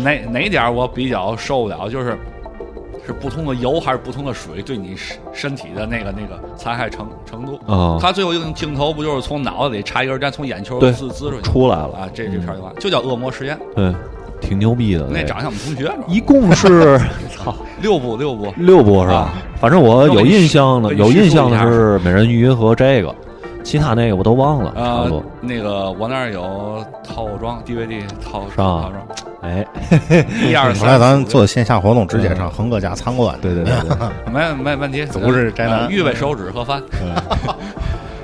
S8: 哪哪点儿我比较受不了，就是是不同的油还是不同的水对你身身体的那个那个残害程程度。
S2: 哦
S8: 他最后用镜头不就是从脑子里插一根针，从眼球
S2: 对
S8: 滋滋出去
S2: 出来了，嗯
S8: 啊？这这片儿就完，就叫恶魔实验。
S2: 对，挺牛逼的。
S8: 那
S2: 这
S8: 长相我们同学嘛，
S2: 一共 是操
S8: 六部六部，
S2: 六部是吧
S8: 啊？
S2: 反正我有印象的，
S8: 跟你
S2: 有印象的
S8: 跟你叙
S2: 是美人鱼和这个，其他那个我都忘了，差不
S8: 呃
S2: 多。，
S8: 那个我那儿有套装 DVD 套
S2: 是吧
S8: 套装，
S2: 哎，
S8: 一 二
S6: 后来
S8: 三，嗯
S6: 咱
S8: 四
S6: 做线下活动，直接上恒哥家参观。
S2: 对对 对对，
S8: 没没问题，
S6: 不是宅男
S8: 呃预备手指和饭，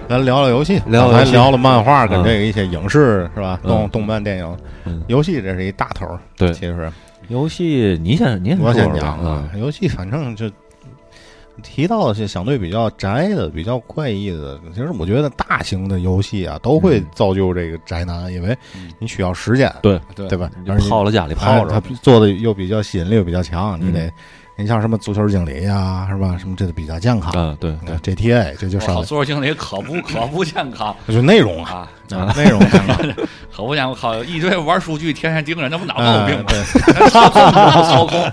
S6: 咱聊聊游戏，
S2: 聊聊
S6: 刚才
S2: 游戏
S6: 聊了漫画跟
S2: 嗯
S6: 这个一些影视是吧？
S2: 嗯
S6: 动动漫、电影
S2: 嗯、
S6: 游戏，这是一大头儿。
S2: 对
S6: 其实
S2: 游戏你先你先
S6: 我
S2: 说
S6: 先
S2: 说吧
S6: 讲啊
S2: 嗯，
S6: 游戏反正就提到的是相对比较宅的、比较怪异的，其实我觉得大型的游戏啊，都会造就这个宅男，因为
S8: 嗯
S6: 你需要时间，
S2: 嗯对
S8: 对
S6: 对吧？
S2: 就
S6: 而且
S2: 泡了家里
S6: 他
S2: 泡
S6: 他
S2: 着，
S6: 做的又比较吸引力又比较强，你得，你像什么足球经理呀，是吧？什么这都比较健康。
S2: 嗯，对对
S6: 那 GTA 这就
S8: 我
S6: 上
S8: 靠，
S6: 来，
S8: 足球经理可不可不健康
S6: 就内容啊，
S8: 啊？
S6: 啊内容健康。
S8: 可不健康，靠一堆玩数据，天天盯着，那不脑子有
S6: 哎
S8: 病吗？
S6: 对，
S8: 操控操控，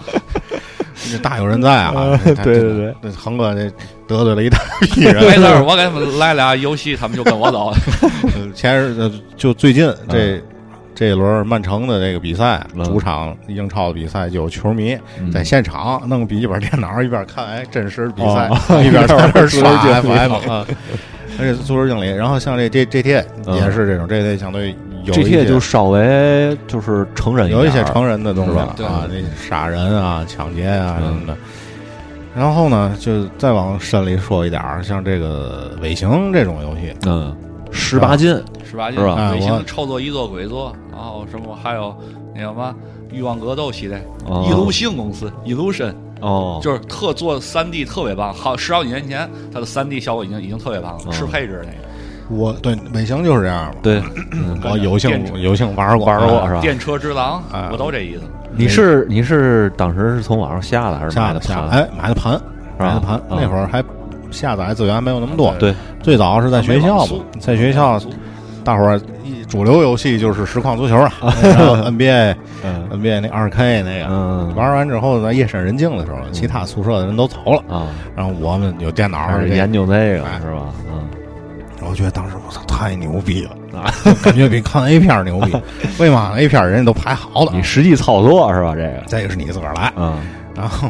S6: 这大有人在啊！
S7: 对
S6: 他
S7: 对
S6: 真的
S7: 对，
S6: 这恒哥这得罪了一大批人。
S8: 没事儿，我给他们来俩游戏，他们就跟我走。
S6: 呃前日呃就最近这这一轮曼城的这个比赛，
S2: 嗯
S6: 主场英超的比赛，有球迷在现场弄笔记本电脑，一边看哎真实比赛，
S2: 哦
S6: 一边在 那儿刷 FM 啊。 而且足球经理，然后像这这 GTA
S2: 嗯
S6: 也是这种，GTA 相对有一些
S2: ，GTA 就稍微就是成人
S6: 有一
S2: 点
S6: 些
S2: 儿嗯
S6: 成人的东西了
S8: 是吧
S6: 啊，这杀人啊、抢劫啊什么的。然后呢，就再往深里说一点儿，像这个尾行这种游戏，
S2: 嗯，十八禁，
S8: 十八禁
S2: 是吧
S6: 哎
S8: 卫
S6: 我
S8: 星臭作、一作、鬼作，然后什么还有那什么欲望格斗系列，
S2: 哦
S8: 一路信公司 Illusion，
S2: 哦，
S8: 就是特做三 D 特别棒，好十好几年前它的三 D 效果已经已经特别棒
S2: 哦
S8: 了，吃配置那个
S6: 我对尾行就是这样嘛。
S2: 对，
S6: 我有
S8: 电
S6: 幸有幸嗯玩过，
S2: 玩
S6: 啊
S2: 过是吧？
S8: 电车之狼
S6: 哎，
S8: 不都这意思吗？
S2: 你是你是当时是从网上下的还是
S6: 下
S2: 买
S6: 的
S2: 的
S6: 下
S2: 盘？
S6: 的哎买的盘，买的盘
S2: 啊，
S6: 那会儿还下载资源没有那么多。
S2: 哦对，
S6: 最早是在学校
S8: 没
S6: 嘛
S8: 网速，
S6: 在学校
S8: 速
S6: 大伙儿一主流游戏就是实况足球啊， 然后 NBA
S2: 嗯
S6: NBA 那二 K 那个。
S2: 嗯
S6: 玩完之后呢，夜深人静的时候，其他宿舍的人都走了，
S2: 啊，
S6: 然后我们有电脑
S2: 还是
S6: 这
S2: 研究这个
S6: 哎
S2: 是吧？嗯，
S6: 我觉得当时我操太牛逼了，
S2: 啊
S6: 感觉比看 A 片儿牛逼。为嘛 A 片儿人家都排好了
S2: 你，实际操作是吧？这个，
S6: 这个是你自个儿来。
S2: 嗯
S6: 然后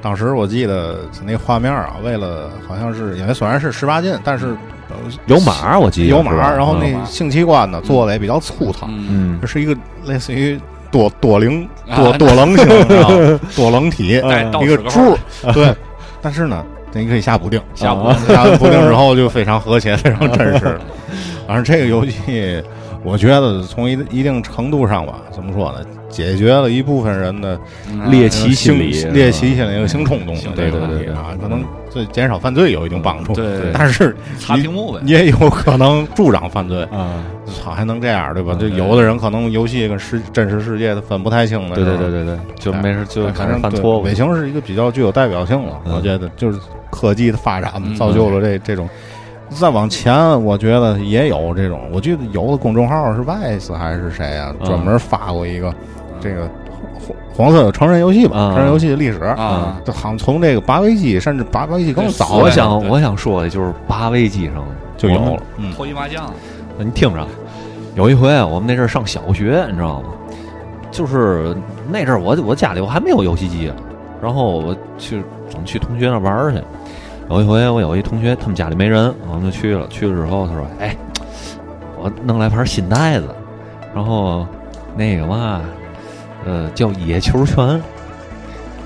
S6: 当时我记得那画面啊，为了好像是因为虽然是十八禁，但是呃
S2: 有码我记得
S6: 有
S2: 是
S6: 码，
S2: 吧
S6: 然后
S2: 嗯
S6: 那性器官呢做的也比较粗糙，
S2: 嗯
S6: 这是一个类似于多多棱
S8: 啊
S6: 多
S8: 那
S6: 多棱形，你知道吗 多棱体，嗯
S8: 带倒
S6: 一个
S8: 齿
S6: 柱
S8: 轮
S6: 儿，对。但是呢，你可以下补丁，
S8: 下
S6: 补丁，下补丁之后就非常和谐，非常真实。 反正这个游戏，我觉得从一一定程度上吧，怎么说呢，解决了一部分人的
S2: 猎奇心理，嗯
S6: 性
S2: 是吧
S6: 呃猎奇心理有性冲动的这个
S2: 对对
S6: 问
S2: 对
S6: 题
S2: 对
S6: 啊，
S2: 对
S6: 可能对减少犯罪有一定帮助，
S8: 对
S6: 但是
S8: 擦屏幕呗。
S6: 也有可能助长犯罪。
S2: 啊，
S6: 操，还能这样对吧？就有的人可能游戏跟世真实世界的分不太清的，
S2: 对对
S6: 是吧
S2: 对，对对，就没事就
S6: 哎
S2: 开
S6: 反
S2: 始
S6: 正
S2: 犯
S6: 对
S2: 错误
S6: 尾，行是一个比较具有代表性了，
S2: 嗯
S6: 我觉得就是科技的发展
S8: 嗯
S6: 造就了这这种。再往前，我觉得也有这种，我记得有的公众号是 Vice 还是谁啊，
S2: 嗯
S6: 专门发过一个这个黄黄色的成人游戏吧，
S2: 嗯
S6: 成人游戏的历史
S8: 啊，
S6: 就好像从这个八位机，甚至八位机更早
S2: 我
S6: 了
S2: 想
S8: 对
S2: 我想说的就是八位机上
S6: 就有
S2: 我们
S6: 了，嗯，
S8: 脱衣麻将，
S2: 你听着，有一回啊我们那阵儿上小学，你知道吗？就是那阵儿我我家里我还没有游戏机啊，然后我去我们去同学那玩儿去。有一回我有一同学他们家里没人，我们就去了。去了之后他说：“哎，我弄来盘新袋子，然后那个嘛，呃，叫野球拳，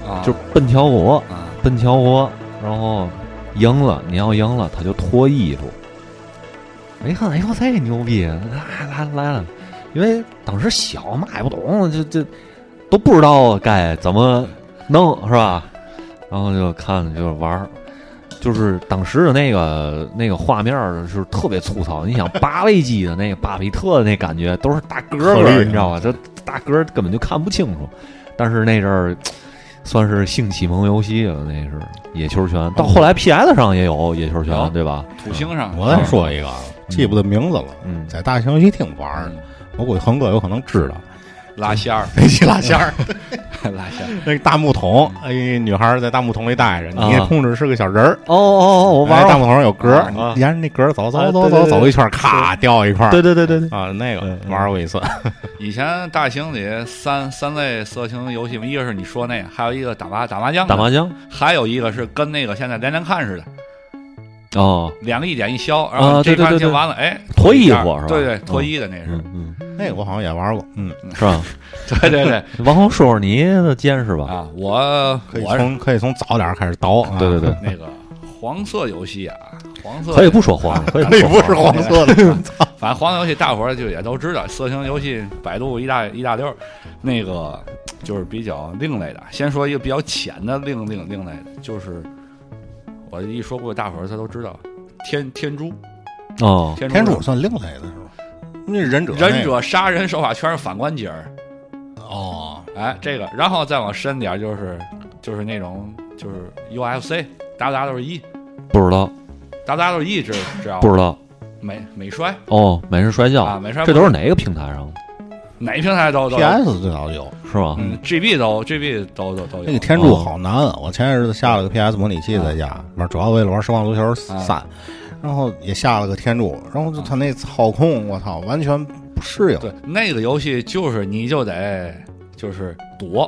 S8: 啊
S2: 就是奔乔国。”
S8: 啊，
S2: 奔乔国，然后赢了，你要赢了，他就脱衣服。我一看，哎呦，这牛逼，来来来了，因为当时小嘛也不懂，这这都不知道该怎么弄，是吧？然后就看就是玩儿，就是当时的那个那个画面儿就是特别粗糙。你想八位机的那个巴比特的那感觉，都是大个
S6: 特
S2: 个
S6: 立
S2: 儿，你知道吧？这大个儿根本就看不清楚。但是那阵儿算是性启蒙游戏了，那是野球拳。到后来 PS 上也有野球
S8: 有
S2: 拳，对吧？
S8: 土星上，
S6: 我再说一个啊，记不得名字了，
S2: 嗯，
S6: 在大型游戏厅玩儿呢，我估计恒哥有可能知道，
S8: 拉线儿，
S6: 飞机 拉 线儿，
S8: 拉线儿，
S6: 那个大木桶，哎，女孩儿在大木桶里待着，你
S2: 啊
S6: 控制是个小人儿，
S2: 哦哦哦，我
S6: 哎
S2: 玩
S6: 大
S2: 过。
S6: 木桶上有格儿，
S2: 啊
S6: 你沿着那格儿走
S2: 哎
S6: 走
S2: 对
S6: 走
S2: 对
S6: 走
S2: 对
S6: 走一圈儿，咔掉一块儿
S2: 对对对对对，
S6: 啊，那个
S2: 嗯嗯
S6: 玩过一次，
S8: 以前大型里三三类色情游戏嘛，一个是你说那个，还有一个打麻打麻将的，
S2: 打麻将
S8: 还有一个是跟那个现在连连看似的，嗯
S2: 哦，
S8: 两个一点一消，然
S2: 啊
S8: 后这
S2: 对对
S8: 盘
S2: 对
S8: 就
S2: 对
S8: 完了，哎，
S2: 脱衣
S8: 一下
S2: 服是吧
S8: 对对，
S2: 嗯
S8: 脱衣的那是，
S2: 嗯嗯，
S6: 那个我好像也玩过，嗯，
S2: 是吧？
S8: 对对对
S2: 王红说说你的见识吧。
S8: 啊，我
S6: 可以
S8: 我是
S6: 从可以从早点儿开始倒，啊
S2: 对对对，
S8: 那个黄色游戏啊，黄色
S2: 可以不说谎了，可以
S6: 那
S2: 说
S6: 不
S2: 谎
S6: 是
S2: 了
S6: 黄色 的，
S8: 反正黄色游戏大伙儿就也都知道，色情游戏百度一大一大溜儿，那个就是比较另类的。先说一个比较浅的另另另类的，就是我一说过大伙儿他都知道，天天诛，
S2: 哦，
S8: 天
S6: 天
S8: 诛
S6: 柱算另类的是吧？那忍者那个
S8: 忍者杀人手法全是反关节儿，
S6: 哦，
S8: 哎，这个，然后再往深点儿就是就是那种就是 UFC，打打都是一，
S2: 不知道，
S8: 打打都是一知知道吗
S2: 不知道。
S8: 美美摔
S2: 哦，美式摔跤，
S8: 啊，美摔
S2: 这都是哪个平台上的？
S8: 哪平台都都有
S6: PS 最早就有
S2: 是哦吗？
S8: 嗯，GB 都 GB 都都都有
S6: 那个天柱好难啊，我前些日子下了个 PS 模拟
S8: 啊
S6: 器在家，玩主要为了玩《生化足球
S8: 嗯
S6: 三》，然后也下了个天柱，然后就他那操控，我操，完全不适应
S8: 对，那个游戏就是你就得就是躲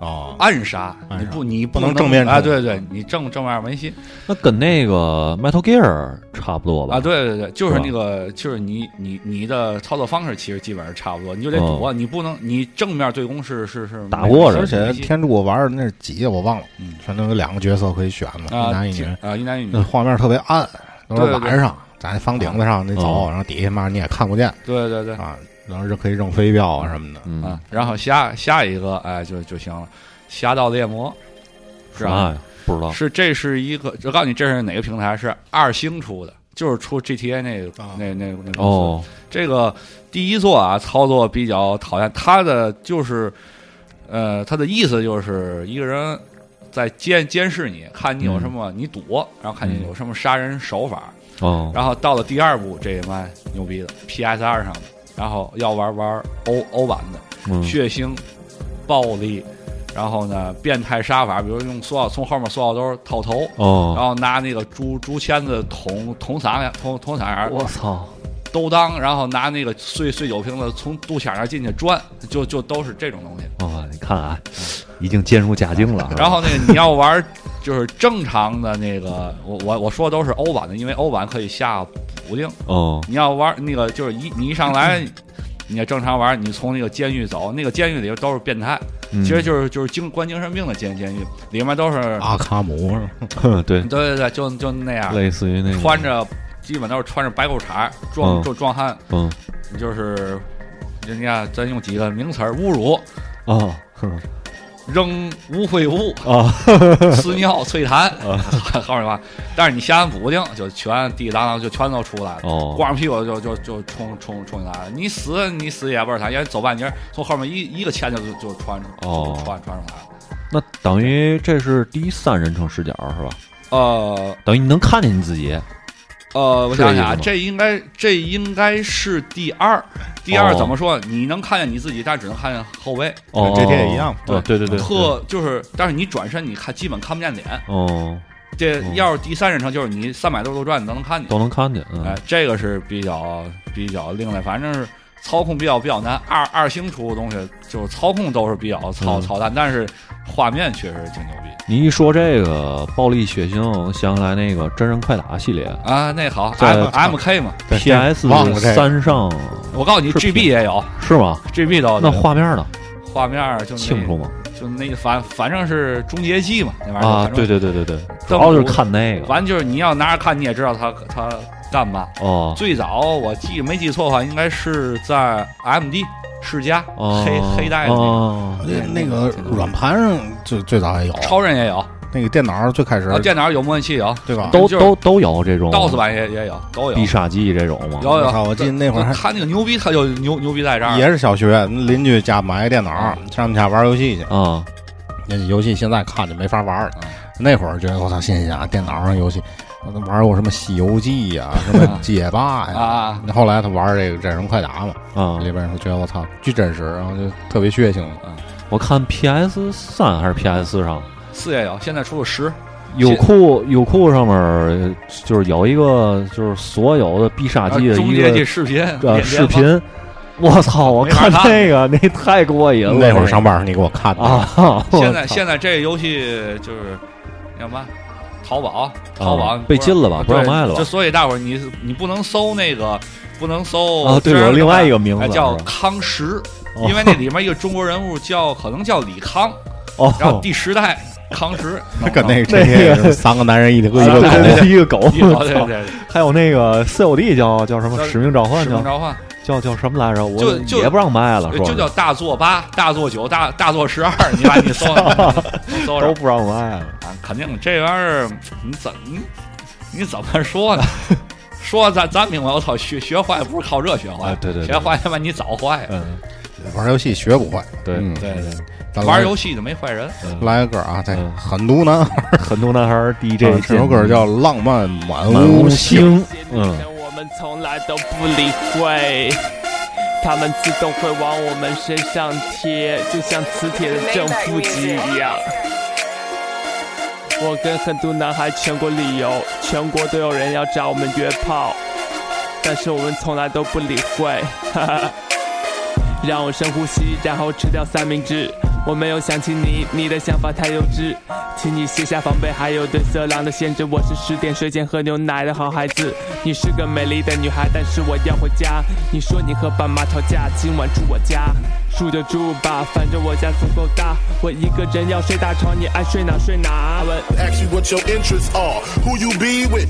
S6: 啊。
S8: 暗杀，
S6: 暗杀
S8: 你不你
S6: 不能
S8: 能
S6: 正面
S8: 啊，
S6: 冲
S8: 对对，你正正面没戏
S2: 那跟那个 Metal Gear 差不多吧？
S8: 啊，对对对，就是
S2: 是吧
S8: 那个就是你你你的操作方式其实基本上差不多，你就得
S2: 哦
S8: 躲，你不能你正面对攻是是是
S2: 打过人
S8: 没
S6: 而
S8: 戏没
S6: 且
S8: 戏
S6: 天柱我玩的那是几，我忘了，嗯，反正有两个角色可以选嘛，
S8: 啊
S6: 一男一女，
S8: 啊一男一女
S6: 那，画面特别暗，都是
S8: 对对对哦
S6: 晚上，咱那房顶子上那走，然后底下嘛你也看不见
S8: 对对对
S6: 啊，然后就可以扔飞镖啊什么的。
S2: 嗯，
S8: 啊，然后下下一个哎就就行了，侠盗猎魔是吧？
S2: 啥呀？不知道。
S8: 是这是一个，我告诉你这是哪个平台？是二星出的，就是出 GTA 那个、
S6: 啊
S8: 那那那公司。
S2: 哦，
S8: 这个第一座啊，操作比较讨厌，它的就是，呃，它的意思就是一个人在监监视你，看你有什
S2: 嗯
S8: 么，你躲，然后看你有什么杀人手法。
S2: 哦，
S8: 然后到了第二部，这他妈牛逼的 PS 二上的，然后要玩玩欧欧版的，
S2: 嗯，
S8: 血腥、暴力，然后呢，变态杀法，比如用塑料从后面塑料兜套头，然
S2: 哦，
S8: 后拿那个竹竹签子捅捅嗓眼、捅捅嗓眼、
S2: 我操，
S8: 兜裆，然后拿那个碎碎酒瓶子从肚脐眼那进去钻，就就都是这种东西。
S2: 哦，你看啊，已经渐入佳境了。是吧
S8: 然后那个你要玩就是正常的那个，我我我说的都是欧版的，因为欧版可以下补丁。
S2: 哦，
S8: 你要玩那个就是一你一上 来。你要正常玩，你从那个监狱走，那个监狱里都是变态，
S2: 嗯
S8: 其实就是就是精关精神病的监监狱，里面都是，
S6: 阿卡姆啊是吧
S2: 哼 对，
S8: 对对对，就就那样，
S2: 类似于那个
S8: 穿，着基本都是穿着白裤衩，壮
S2: 嗯
S8: 壮壮汉，
S2: 嗯，
S8: 就是人家咱用几个名词儿，侮辱、
S2: 哦，哼
S8: 扔污秽物、
S2: 啊，
S8: 撕 尿、啐痰，
S2: 哦
S8: 后面吧。但是你下完补丁，就全滴当当就全都出来了，
S2: 哦
S8: 光着屁股就就就冲冲冲进来了。你死你死也不是他，因为走半截儿，从后面一一个签就就就穿出，
S2: 哦
S8: 就穿穿出来了。
S2: 那等于这是第三人称视角是吧？
S8: 呃，
S2: 等于你能看见你自己。
S8: 呃，我
S2: 是这
S8: 想
S2: 意
S8: 想啊，
S2: 思吗
S8: 这应该这应该是第二，第二
S2: 哦
S8: 怎么说？你能看见你自己，但只能看见后背。
S2: 哦，
S6: 这天也一样
S2: 哦对对对，
S8: 特就是，但是你转身，你看基本看不见脸。
S2: 对哦，
S8: 这
S2: 哦
S8: 要是第三人称，就是你三百六十度转，你都能看见。
S2: 都能看见。
S8: 哎
S2: 嗯，，
S8: 这个是比较比较另类，反正是操控比较比较难。二二星出的东西，就是操控都是比较操
S2: 嗯
S8: 操蛋，但是画面确实挺牛逼
S2: 你一说这个暴力血腥，我想起来那个真人快打系列
S8: 啊。那好
S2: 在
S8: ，M M K 嘛，
S6: 对
S2: ，PS
S6: 忘了这个
S2: 三上
S8: 我告诉你
S2: 是
S8: ，G B 也有
S2: 是吗？
S8: ，G B 都有
S2: 那画面呢？
S8: 画面儿就那
S2: 清楚吗？
S8: 就那个反反正是终结技嘛，那玩意儿
S2: 啊，
S8: 反正
S2: 对对对对对，主
S8: 正
S2: 要就是
S8: 骨
S2: 看那个
S8: 完就是你要拿着看，你也知道他他干嘛。
S2: 哦，
S8: 最早我记没记错的话，应该是在 MD 世嘉、
S2: 哦
S8: 黑黑带的那个、
S2: 哦
S6: 那那个软盘上最最早也有，
S8: 超人也有，
S6: 那个电脑最开始
S8: 然后电脑有模拟器有
S6: 对吧？
S2: 啊都
S8: 就是
S2: 都都有这种
S8: ，DOS 版也也有，都有
S2: 必。杀技这种吗？
S8: 有
S6: 我
S8: 有，
S6: 操我记得那会儿还
S8: 他那个牛逼，他就牛牛逼在这儿。
S6: 也是小学，邻居家买个电脑，上他们家玩游戏去。啊
S2: 啊，
S6: 那游戏现在看就没法玩了。那会儿觉得我操，新鲜啊！电脑上游戏，我都玩过什么《西游记》 呀，什么《街霸》呀
S8: 啊。
S6: 后来他玩这个《真人快打》嘛，
S2: 啊，
S6: 里边人觉得我操巨真实，然后就特别血腥。
S2: 我看 PS 三还是 PS 四上，
S8: 四也有，现在出了十。
S2: 优酷优酷上面呃就是有一个就是所有的必杀
S8: 啊
S2: 技的
S8: 中
S2: 一
S8: 间这
S2: 个
S8: 视频，
S2: 呃
S8: 连
S2: 视，频，我操！我
S8: 没法
S2: 看
S8: 看
S2: 那个那太过瘾了，
S6: 那会儿上班儿你给我看的
S2: 啊，， 我
S8: 现在
S2: 操
S8: 现在这游戏就是叫什么？淘宝，淘宝、
S2: 啊被禁了吧不让
S8: 对
S2: 卖了吧
S8: 就所以大伙儿你你不能搜那个，不能搜
S2: 啊，对，
S8: 真
S2: 有
S8: 人
S2: 另外一个名
S8: 哎
S2: 字
S8: 叫
S2: 是吧
S8: 康石，
S2: 哦
S8: 因为那里面一个中国人物叫可能叫李康，
S2: 哦，
S8: 然后第十代康石，
S6: 跟那个
S2: 那个
S6: GTA 似的三个男人一个一
S2: 一
S6: 个
S2: 个
S8: 啊对对
S6: 狗
S2: 狗，一个狗，
S8: 一对
S2: 我
S8: 对
S2: 操
S8: 对，
S2: 还有那个 COD 叫叫什么
S8: 叫
S2: 《使命召唤》
S8: 使
S2: 叫
S8: 命召唤
S2: 叫叫什么来着？我
S9: 就就
S2: 也不让卖了，说
S9: 就是叫 大作八、大作九、大大作十二，你把你搜上，你搜上
S2: 都，不让卖了。
S9: 啊肯定这玩意儿你怎你你怎么说呢？说咱咱明白，我操，学学坏不是靠这学坏，
S2: 哎对对对
S9: 学坏他妈你早坏了，
S2: 嗯，
S6: 玩游戏学不坏，
S2: 对
S6: 嗯
S9: 对对，
S6: 咱
S9: 玩
S6: 来
S9: 游戏就没坏人，
S6: 来个歌啊，对
S2: 嗯，
S6: 狠毒男孩，
S2: 很多男孩儿 DJ
S6: 嗯这首歌叫《浪漫满
S2: 《满
S6: 屋
S2: 屋
S6: 星》。
S2: 星》，嗯
S8: 嗯，我们从来都不理会，他们自动会往我们身上贴，就像磁铁的正负极一样。我跟很多男孩全国旅游，全国都有人要找我们约炮，但是我们从来都不理会。哈 哈。让我深呼吸，然后吃掉三明治。我没有想起你，你的想法太幼稚，请你卸下防备，还有对色狼的限制。我是十点睡前喝牛奶的好孩子，你是个美丽的女孩，但是我要回家。你说你和爸妈吵架，今晚住我家，住就住吧，反正我家足够大，我一个人要睡大床，你爱睡哪睡哪。
S5: Ask you what your interests are, who you be with,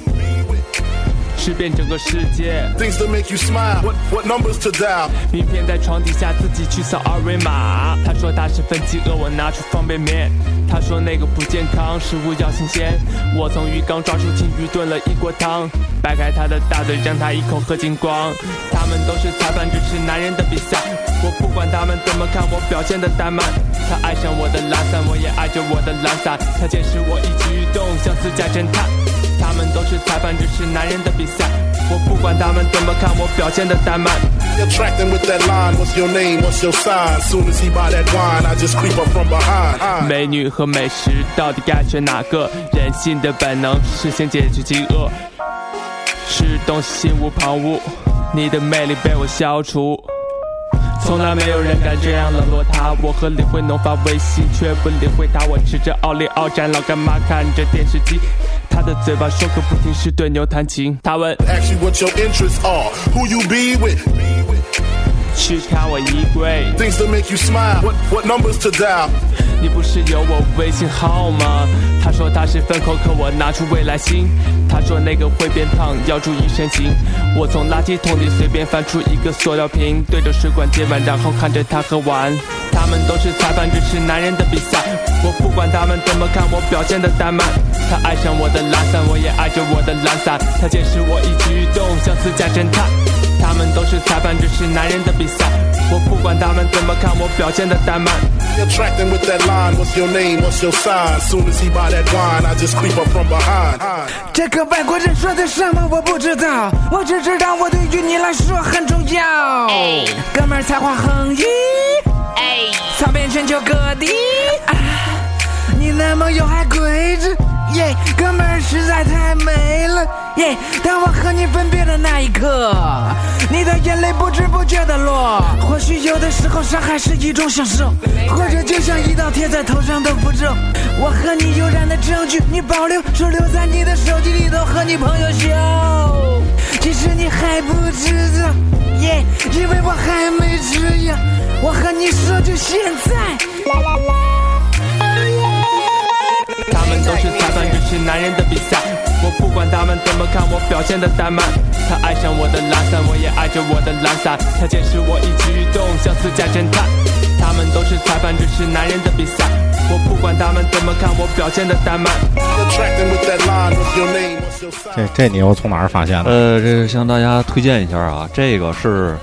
S8: 吃遍整个世界，
S5: things that make you smile, what, what numbers to dial.
S8: 名片在床底下自己去扫二维码。他说他是分饥饿，我拿出方便面。他说那个不健康，食物要新鲜。我从鱼缸抓出金鱼炖了一锅汤，掰开他的大腿，让他一口喝精光。他们都是裁判，主持男人的比赛。我不管他们怎么看，我表现的怠慢。他爱上我的懒散，我也爱着我的懒散。他监视我一举一动，像私家侦探。他们都是裁判，只是男人的比赛。我不管他们怎么看，我表现的怠慢。
S5: Attract him with that line, what's your name, what's your sign? Soon as he buy that wine, I just creep up from behind.
S8: 美女和美食到底该选哪个？人性的本能是先解决饥饿，吃东西心无旁骛，你的魅力被我消除。从来没有人敢这样冷落他，我和李慧农发微信却不理会他。我吃着奥利奥展，老干妈看着电视机，他的嘴巴说个不停是对牛弹琴。他问
S5: Ask you what your interests are, who you be with,
S8: 去看我衣柜，
S5: things that make you smile, what, what numbers to dial.
S8: 你不是有我微信号吗？他说他是粪口，可我拿出未来星。他说那个会变胖，要注意身形。我从垃圾桶里随便翻出一个塑料瓶，对着水管接满，然后看着他喝完。他们都是裁判，支持男人的比赛。我不管他们怎么看，我表现的怠慢。他爱上我的懒散，我也爱着我的懒散。他监视我一举一动，像私家侦探。他们都是裁判，这是男人的比赛。我不管他们怎么看，我表现的怠慢。
S5: Attract him with that line, what's your name, what's your sign? Soon as he buy that wine, I just creep up from behind.
S10: 这个外国人说的什么我不知道，我只知道我对于你来说很重要。哎，哥们儿才华横溢，哎，扫遍全球各地。啊，你那么有还跪着，耶，哥们儿实在太美了，耶。当我和你分别的那一刻，你的眼泪不知不觉的落。或许有的时候伤害是一种享受，或者就像一道贴在头上的符咒。我和你有染的证据，你保留，收留在你的手机里头和你朋友秀。其实你还不知道，耶，因为我还没这样。我和你说，就现在。
S8: 他们都是裁判，这是男人的比赛。我不管他们怎么看，我表现的怠慢。他爱上我的懒散，我也爱着我的懒散。他监视我一举一动，像私家侦探。他们都是裁判，这是男人的比赛。我不管他们怎么看，我表现的怠慢。
S5: Attract him with that line, what's your name, what's your sign?
S6: 这这你又从哪儿发现的？
S2: 呃，这是向大家推荐一下啊，这个是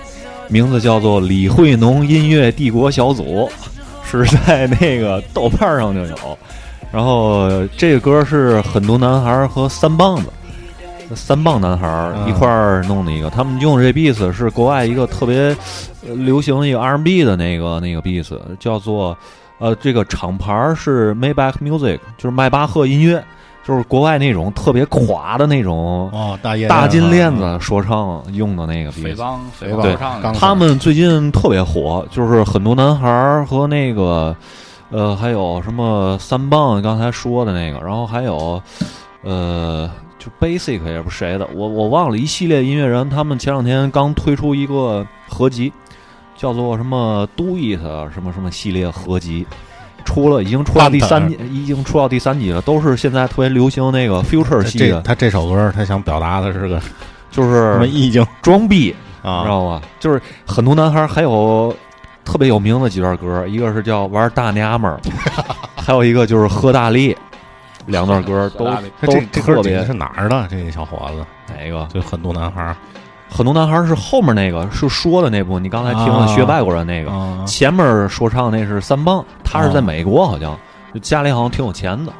S2: 名字叫做李慧农音乐帝国小组，是在那个豆瓣上就有。然后这个歌是很多男孩儿和三棒子，三棒男孩儿一块儿弄的一个，他们用这 beats 是国外一个特别呃流行一个 R&B 的那个那个 beats，叫做呃这个厂牌儿是 Maybach Music，就是迈巴赫音乐，就是国外那种特别垮的那种
S6: 哦，大叶
S2: 大金链子说唱用的那个
S9: 匪
S2: beat，
S9: 帮匪
S6: 嗯对
S9: 帮说唱
S6: 刚
S9: 的，
S2: 他们最近特别火，就是很多男孩儿和那个，呃，还有什么三棒刚才说的那个，然后还有，呃，就 Basic 也不是谁的，我我忘了一系列音乐人，他们前两天刚推出一个合集，叫做什么 Do It 啊什么什么系列合集。出了，已经出到第三，已经出到第三集了，都是现在特别流行那个 future
S6: 哎这
S2: 系
S6: 这
S2: 的，
S6: 他这首歌，他想表达的是个
S2: 就
S6: 什
S2: 是
S6: 么意境？
S2: 装逼，
S6: 啊
S2: 知道吧？就是很多男孩还有特别有名的几段歌，一个是叫玩大 娘们儿，还有一个就是喝大力，两 段歌都
S6: 这
S2: 都
S6: 这
S2: 特
S6: 哥
S2: 别
S6: 是哪儿的？这小伙子
S2: 哪个？
S6: 就很多男孩儿
S2: 很多男孩是后面那个是说的那部，你刚才听了
S6: 啊
S2: 学外国人那个，
S6: 啊
S2: 前面说唱那是三帮，他是在
S6: 啊
S2: 美国好像，
S6: 嗯
S2: 就家里好像挺有钱的，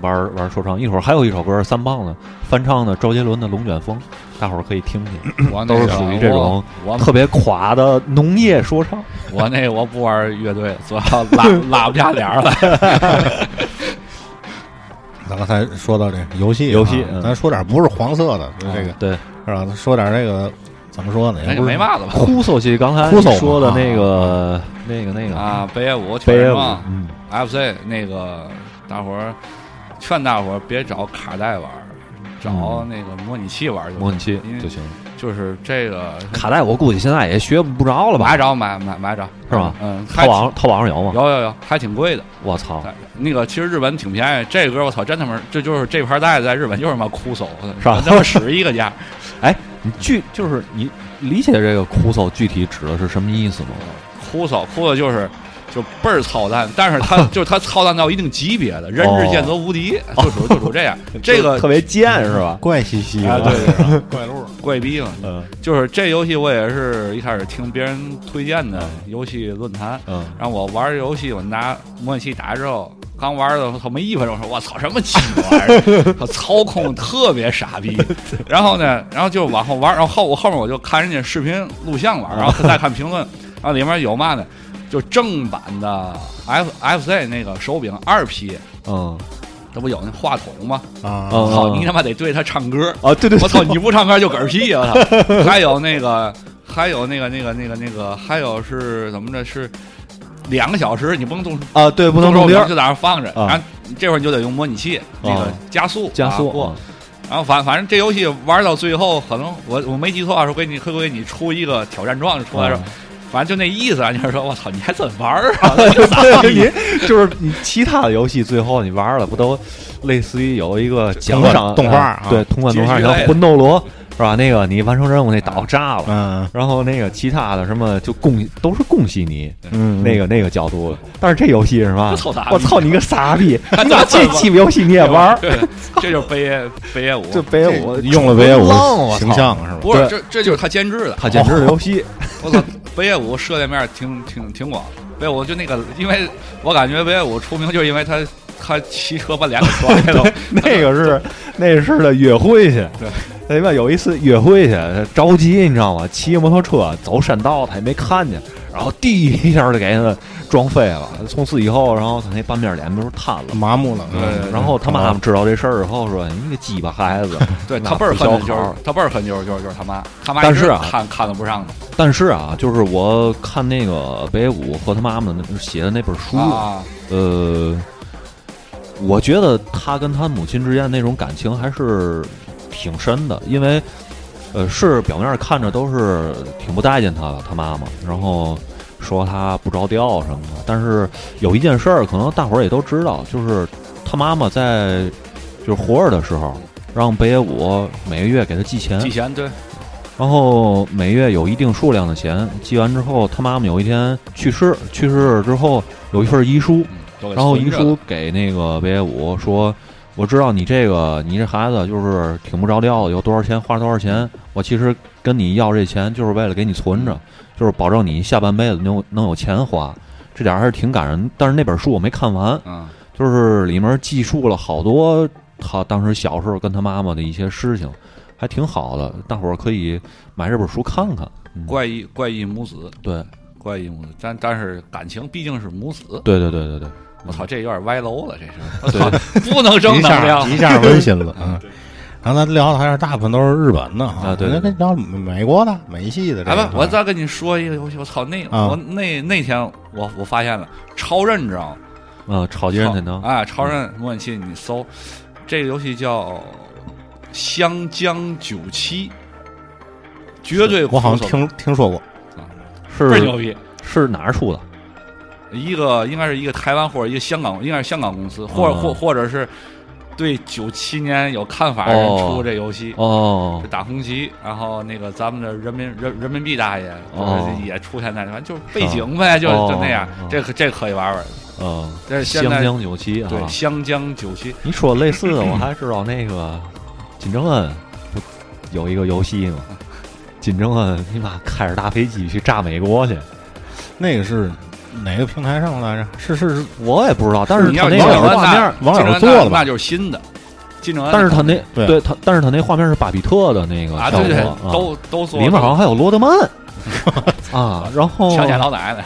S2: 玩玩说唱。一会儿还有一首歌是三棒子翻唱的周杰伦的《龙卷风》，大伙儿可以听听，
S8: 我那
S2: 嗯
S6: 哎
S2: 都是
S8: 个
S2: 属于这种
S8: 啊我
S2: 特别垮的农业说唱。
S8: 我那我不玩乐队，主要拉拉不下脸 儿来。
S6: 咱刚才说到这个游戏啊，
S2: 游戏嗯
S6: 咱说点不是黄色的，就这个
S2: 对，
S6: 是吧？说点这个怎么说呢？也
S2: 哎
S8: 那就
S6: 不是
S8: 没嘛了吧？
S2: 哭搜去刚才
S6: 哭搜
S2: 说的
S6: 嘛
S2: 那个那个那个
S8: 啊，北野武、
S2: 北
S8: 全
S2: 野
S8: 是
S2: 武
S8: 嘛，
S2: 嗯
S8: FC 那个大伙儿劝大伙儿别找卡带玩儿，找
S2: 嗯
S8: 那个模拟器玩儿就行
S2: 模拟器
S8: 因为
S2: 就行了。
S8: 就是这个
S2: 卡带我估计现在也学不着了
S8: 买
S2: 吧？
S8: 着买买买着
S2: 是吗
S8: 嗯，还
S2: 淘宝上淘宝上有吗？
S8: 有有有，还挺贵的。
S2: 我操！
S8: 那个其实日本挺便宜，这歌我操，真他妈这就是这盘带子在日本就是他妈哭手，
S2: 是吧哎
S8: 他妈使一个 价。
S2: 你具就是你理解这个哭搜具体指的是什么意思吗？
S8: 哭手哭的就是就倍儿操蛋，但是 他就是他操蛋到一定级别的，人之贱则无敌，就属就属这 样。这个
S2: 哦特别贱是吧？
S6: 怪兮兮
S8: 啊，
S6: 的，
S8: 对对对，
S6: 怪路
S8: 怪逼嘛。
S2: 嗯
S8: 就是这游戏我也是一开始听别人推荐的游戏论坛，
S2: 嗯，
S8: 让我玩儿游戏，我拿模拟器打之后，刚玩儿的时候，他没一分钟，我说我操什么鸡巴玩意 儿，他操控特别傻逼。然后呢，然后就往后玩儿，然后后我后面我就看人家视频录像玩儿，然后再看评论，然后里面有嘛呢，就正版的 F F C 那个手柄二 P，
S2: 嗯
S8: 这不有那话筒吗？
S6: 啊
S2: 嗯
S8: 我操，
S2: 嗯
S8: 你他妈得对他唱歌，
S2: 啊，对对，
S8: 我操，你不唱歌就嗝屁呀！我操，还有那个，还有那个，那个，那个，那个，还有是怎么着？是两个小时，你不能动，
S2: 啊，对，不能
S8: 动
S2: 中
S8: 手
S2: 钉
S8: 柄
S2: 儿
S8: 就在那儿放着，
S2: 啊
S8: 然后这会儿你就得用模拟器那
S2: 啊
S8: 个加速
S2: 加速
S8: 啊过
S2: 啊，
S8: 然后反反正这游戏玩到最后，可能我我没记错啊，说给你会不会给你出一个挑战状出来说
S2: 啊，
S8: 反正就那意思啊，就是说我操，你还真玩儿啊？ 那你咋地
S2: 你就是你其他的游戏最后你玩了不都类似于有一个奖赏
S6: 动画动画
S2: 啊
S6: 啊
S2: 对通关动画，
S8: 结局
S2: 像
S8: 类的
S2: 魂斗罗是吧？那个你完成任务那岛炸了，
S6: 嗯
S2: 然后那个其他的什么就恭都是恭喜你
S6: 嗯
S2: 那个那个角度的，但是这游戏是吧
S8: 就臭傻？逼
S2: 我操你个傻逼！
S8: 还
S2: 你把
S8: 这
S2: 这
S8: 么
S2: 鸡巴游戏你也玩儿？
S8: 对，这就是北野北野武，
S2: 这北野武
S6: 用了北野武
S2: 浪我操
S6: 形象是吧？
S8: 不是这这就是他监制的，
S2: 他简直是游戏，，
S8: 我操，北野武涉猎面儿挺挺挺广。北野武就那个，因为我感觉北野武出名就是因为他他骑车把脸给摔了
S2: 那个是那是的约会去，对，吧？有一次约会去，着急你知道吗？骑摩托车走山道，他也没看见，然后滴一下就给他撞飞了。从此以后，然后他那半边脸就是瘫了。
S6: 麻木了，
S8: 对
S2: 然后他妈妈知道这事儿以后说：“哎你个鸡巴孩子。
S8: 对
S2: 那
S8: 他倍儿
S2: 不
S8: 恨的
S2: 消
S8: 就是
S2: 耗
S8: 他倍儿恨就是就是就是他妈，他妈
S2: 但
S8: 一直
S2: 是啊
S8: 看看得不上的”
S2: 但是啊，就是我看那个北野武和他妈妈那写的那本书，
S8: 啊，
S2: 呃，我觉得他跟他母亲之间那种感情还是挺深的，因为呃，是表面看着都是挺不待见他的他妈妈，然后说他不着调什么的，但是有一件事儿，可能大伙儿也都知道，就是他妈妈在就是活着的时候，让北野武每个月给他寄钱，
S8: 季贤对
S2: 然后每月有一定数量的钱，寄完之后，他妈妈有一天去世，去世之后有一份遗书。
S8: 嗯都给
S2: 然后
S8: 存
S2: 遗
S8: 着
S2: 书给那个北野武说：“我知道你这个，你这孩子就是挺不着调的，有多少钱花多少钱。我其实跟你要这钱，就是为了给你存着，就是保证你下半辈子能有能有钱花。这点还是挺感人。但是那本书我没看完，
S8: 嗯
S2: 就是里面记述了好多他当时小时候跟他妈妈的一些事情，还挺好的。大伙儿可以买这本书看看。嗯
S8: 怪异怪异母子
S2: 对
S8: 怪异母子，但但是感情毕竟是母子，
S2: 对对对对对，
S8: 我操，这有点歪楼 了，这是我操，不能正
S6: 嗯一
S8: 能
S6: 下
S8: 量
S6: 一下温馨了，嗯。然后咱聊的还是大部分都是日本的
S2: 啊对对
S6: 跟聊美国的、美系的这
S8: 哎
S6: 个。
S8: 不，我再跟你说一个游戏，我操，那
S6: 啊
S8: 我那那天我我发现了超任，你知道吗？
S2: 嗯，炒鸡人才能
S8: 啊！超人模拟器，你搜这个游戏叫《湘江九七》，绝对
S6: 我好
S8: 酷
S6: 像
S8: 手
S6: 听听说过，
S8: 倍儿
S2: 是
S8: 牛逼。
S2: 是哪儿出的？
S8: 一个应该是一个台湾或者一个香港，应该是香港公司，或者
S2: 嗯
S8: 或或者是对九七年有看法的人
S2: 哦
S8: 出过这游戏
S2: 哦
S8: 是打红旗，然后那个咱们的人民人人民币大爷
S2: 哦
S8: 就是也出现在，反正就是
S2: 是
S8: 背
S2: 吧
S8: 景呗，就
S2: 哦
S8: 就那样
S2: 哦，
S8: 这可这可以玩玩。
S2: 嗯，
S8: 但是现
S2: 湘
S8: 在
S2: 江九七啊，
S8: 对，湘江九七，
S2: 你说类似的，我还知道那个金正恩不有一个游 戏吗？金正恩你妈开着大飞机去炸美国去，
S6: 那个是哪个平台上来着？是是是，
S2: 我也不知道，但是
S8: 你
S2: 他
S8: 要
S2: 那
S8: 金正
S2: 个
S8: 恩
S2: 画面
S8: 那
S2: 儿，
S6: 网友
S8: 金正恩
S6: 做
S8: 那
S6: 的吧
S8: 那就是新的，金正恩，
S2: 但是他那
S6: 对
S2: 对他，但是他那画面是巴比特的那个
S8: 啊，
S2: 效
S8: 对对
S2: 果，，啊
S8: 都都做
S2: 里面好像还有罗德 曼啊，然后
S8: 强奸老奶 奶，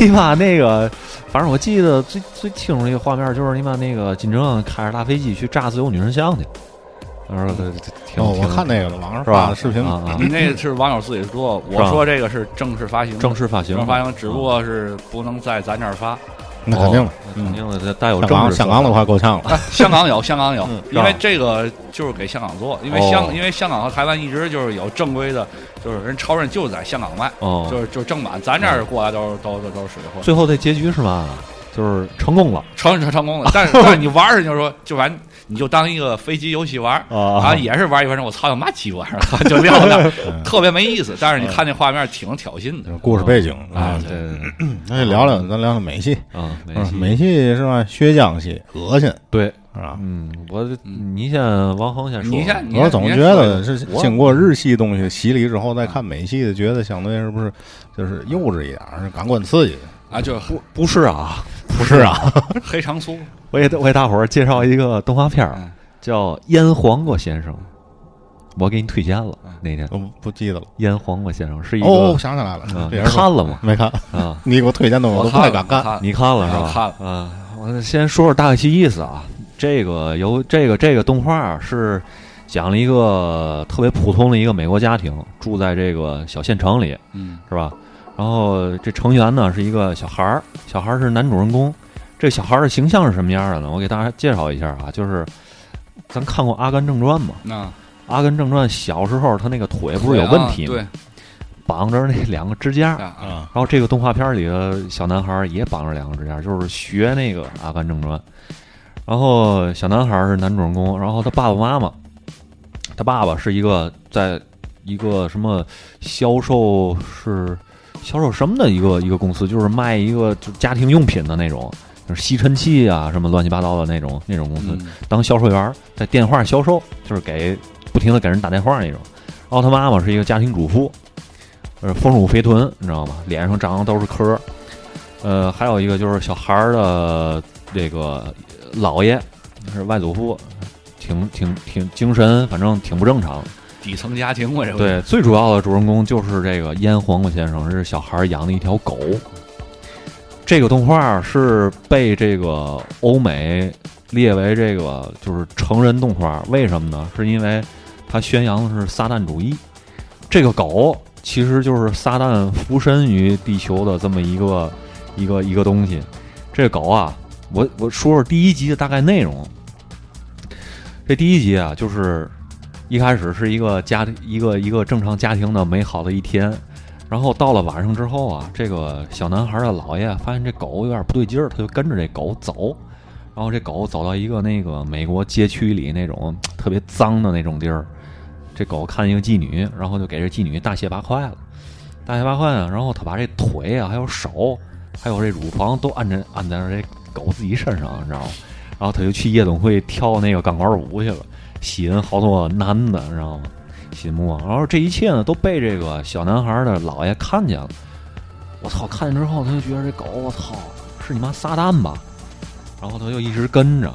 S2: 你妈那个，反正我记得最最清楚的一个画面就是你妈那个金正恩开着大飞机去炸自由女神像去，然后他挺
S6: 哦，我看
S2: 那
S6: 那个了，网上
S2: 是吧
S6: 发的视频，嗯
S2: 啊啊
S8: 你那是网友自己做，嗯我
S2: 吧
S8: 说这个是正式发行的，
S2: 正式发
S8: 正
S2: 行的，
S8: 式发行，只不过是不能在咱这儿发。
S6: 那肯定了
S2: 哦，肯定的，它带有
S6: 香
S2: 政
S6: 港
S2: 治嗯
S6: 香港的话够呛了。
S8: 啊，香港有，香港有，
S2: 是
S8: 因
S2: 吧
S8: 为这个就是给香港做，因为
S2: 哦
S8: 香、因为香港和台湾一直就是有正规的，就是人超人就是在香港卖，
S2: 哦，
S8: 就是就是正版，咱这儿过来都是、都都都是水货，
S2: 最后这结局是嘛？就是成功了
S8: 成成成功 了。但是但是你玩儿就是说就完，你就当一个飞机游戏玩儿。啊，
S2: 啊
S8: 也是玩儿一玩儿，我操，有嘛鸡巴玩意 儿，啊就撂那儿，特别没意思。但是你看那画面挺挑衅的，
S6: 故事背景
S8: 啊
S6: 啊，
S2: 对对对
S6: 那就聊聊，咱聊聊美戏。
S2: 啊，没
S6: 嗯
S2: 戏
S6: 美戏是吧？薛江戏，恶心
S2: 对，
S6: 是吧？
S2: 嗯，我
S8: 嗯
S2: 你先王恒先说，
S8: 你先，你
S6: 我
S8: 先
S6: 总
S8: 你
S6: 觉
S8: 先
S6: 得是
S2: 我
S6: 经过日系东西洗礼之后再看美系的，觉得相对是不是就是幼稚一点儿，感官刺激？
S8: 啊，就是黑
S2: 不是 啊，
S6: 不是啊，
S8: 黑长苏，
S2: 我也为大伙儿介绍一个动画片儿
S8: 嗯，
S2: 叫《腌黄瓜先生》，我给你推荐了
S8: 嗯
S2: 那天《
S6: 我不记得了。
S2: 腌黄瓜先生》 是一
S6: 哦，
S2: 个
S6: 我想起来了
S2: 啊，
S6: 这
S2: 你
S6: 人说
S2: 看了吗？
S6: 没看？
S2: 啊，
S6: 你给我推荐的我都不太敢看。
S8: 看了
S2: 你看了是吧？
S8: 我看了
S2: 啊，我先说说大概其意思啊。这个由这个这个动画是讲了一个特别普通的一个美国家庭住在这个小县城里，
S8: 嗯
S2: 是吧？然后这成员呢是一个小孩儿，小孩儿是男主人公。这小孩儿的形象是什么样的呢？我给大家介绍一下啊，就是咱看过《阿甘正传》吗？
S8: 那
S2: 《阿甘正传》小时候他那个腿不是有问题吗？
S8: 对啊啊
S2: 绑着那两个支架
S8: 对，啊，
S6: 啊，
S2: 然后这个动画片里的小男孩也绑着两个指甲，就是学那个《阿甘正传》。然后小男孩是男主人公，然后他爸爸妈妈，他爸爸是一个在一个什么销售是销售什么的一个一个公司，就是卖一个就家庭用品的那种，就是吸尘器啊什么乱七八糟的那种那种公司。
S8: 嗯
S2: 当销售员儿，在电话销售，就是给不停的给人打电话那种。然后他妈妈是一个家庭主妇，呃，丰乳肥臀，你知道吗？脸上长的都是坑儿。呃，还有一个就是小孩儿的这个姥爷是外祖父，挺挺挺精神，反正挺不正常。
S8: 底层家庭我这
S2: 对，最主要的主人公就是这个腌黄瓜先生，是小孩儿养的一条狗。这个动画是被这个欧美列为这个就是成人动画，为什么呢？是因为它宣扬的是撒旦主义。这个狗其实就是撒旦附身于地球的这么一个一个一个东西。这个狗啊，我我说说第一集的大概内容。这第一集啊，就是一开始是一个家庭，一个一个正常家庭的美好的一天，然后到了晚上之后啊，这个小男孩的姥爷发现这狗有点不对劲儿，他就跟着这狗走，然后这狗走到一个那个美国街区里那种特别脏的那种地儿，这狗看一个妓女，然后就给这妓女大卸八块了，大卸八块呢，然后他把这腿啊，还有手，还有这乳房都按在按在这狗自己身上，你知道吗？然后他就去夜总会跳那个钢管舞去了。吸引好多男的，你知道吗？吸引目光。然后这一切呢，都被这个小男孩的姥爷看见了。我操！看见之后，他就觉得这狗，我操，是你妈撒旦吧？然后他就一直跟着，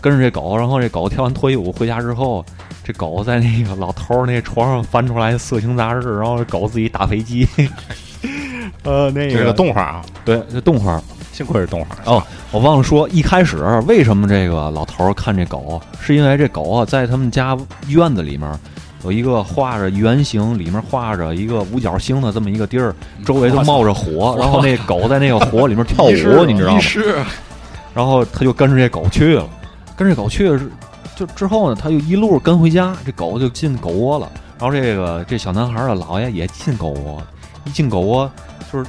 S2: 跟着这狗。然后这狗跳完脱衣舞回家之后，这狗在那个老头儿那床上翻出来色情杂志，然后这狗自己打飞机。 呃，那
S6: 这是个动画啊，
S2: 对，这动画
S6: 幸亏是动画。
S2: 哦，我忘了说，一开始为什么这个老头儿看这狗，是因为这狗啊，在他们家院子里面有一个画着圆形，里面画着一个五角星的这么一个地儿，周围都冒着火，然后那狗在那个火里面跳舞，你知道吗？
S8: 是
S2: 然后他就跟着这狗去了，跟着狗去了是，就之后呢，他就一路跟回家，这狗就进狗窝了，然后这个这小男孩的姥爷也进狗窝，一进狗窝就是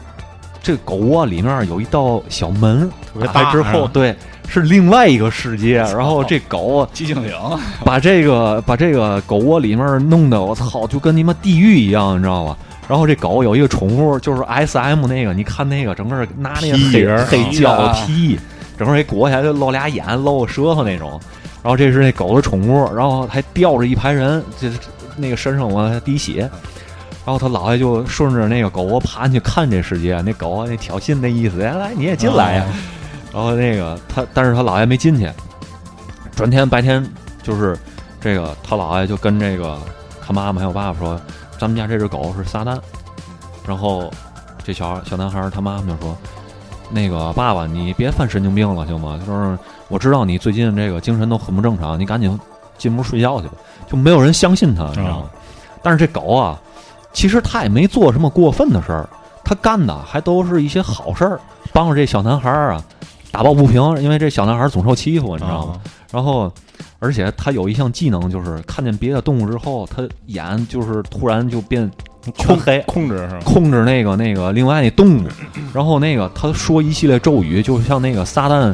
S2: 这狗窝里面有一道小门，
S6: 别
S2: 打开
S6: 大
S2: 之
S6: 是
S2: 后，
S6: 吧
S2: 对，是另外一个世界。然后这狗啊
S8: 寂静岭，
S2: 把这个把这个狗窝里面弄得我操，就跟你妈地狱一样，你知道吗？然后这狗有一个宠物，就是 S M 那个，你看那个整个拿那个
S6: 皮人
S2: 黑
S6: 儿
S2: 黑胶
S8: 啊
S2: 皮，整个给裹起来就露俩眼、露个舌头那种。然后这是那狗的宠物，然后还吊着一排人，就是那个身上往下滴血。然后他姥爷就顺着那个狗窝爬进去看这世界，那狗啊那挑衅那意思，哎来你也进来呀。
S6: 啊
S2: 然后那个他，但是他姥爷没进去。转天白天就是这个他姥爷就跟这个他妈妈还有爸爸说，咱们家这只狗是撒旦。然后这小小男孩儿他妈妈就说，那个爸爸你别犯神经病了行吗？就是我知道你最近这个精神都很不正常，你赶紧进屋睡觉去吧。就没有人相信他，你知道吗？但是这狗啊，其实他也没做什么过分的事儿，他干的还都是一些好事儿，帮着这小男孩儿啊打抱不平，因为这小男孩儿总受欺负，你知道吗？然后，而且他有一项技能，就是看见别的动物之后，他眼就是突然就变全 黑，
S6: 控制是吧？
S2: 控制那个那个另外那动物，然后那个他说一系列咒语，就像那个撒旦，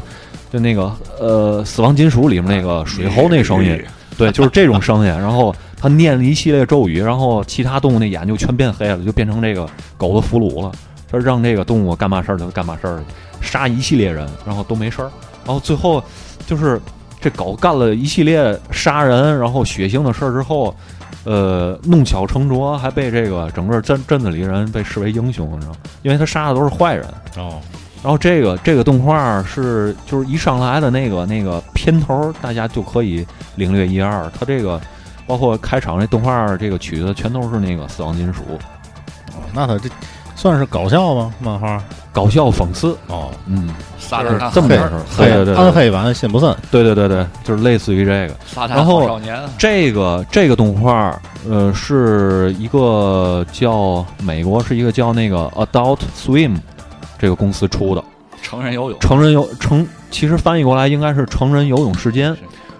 S2: 就那个呃死亡金属里面那个水猴那声音，对，就是这种声音。然后他念了一系列咒语，然后其他动物那眼就全变黑了，就变成这个狗的俘虏了。他让这个动物干嘛事儿就干嘛事儿，杀一系列人，然后都没事儿。然后最后就是这狗干了一系列杀人然后血腥的事儿之后，呃，弄巧成拙，还被这个整个镇镇子里人被视为英雄，你知道吗？因为他杀的都是坏人。
S6: 哦，
S2: 然后这个这个动画是就是一上来的那个那个片头，大家就可以领略一二。它这个包括开场那动画这个曲子，全都是那个死亡金属，
S6: 哦那他这算是搞笑吗？漫画
S2: 搞笑讽刺，
S6: 哦，
S2: 嗯，
S8: 撒
S2: 就是
S8: 旦大
S2: 这么
S8: 好
S2: 回
S6: 黑
S2: 事
S8: 人
S6: 黑
S2: 儿。对对对
S6: 暗
S2: 对
S6: 黑版辛普森，
S2: 对对对对，就是类似于这个。
S8: 撒旦
S2: 然后
S8: 好少年，啊
S2: 这个这个动画，呃，是一个叫美国是一个叫那个 Adult Swim 这个公司出的
S8: 成人游泳，
S2: 成人游成，其实翻译过来应该是成人游泳时间
S8: 是。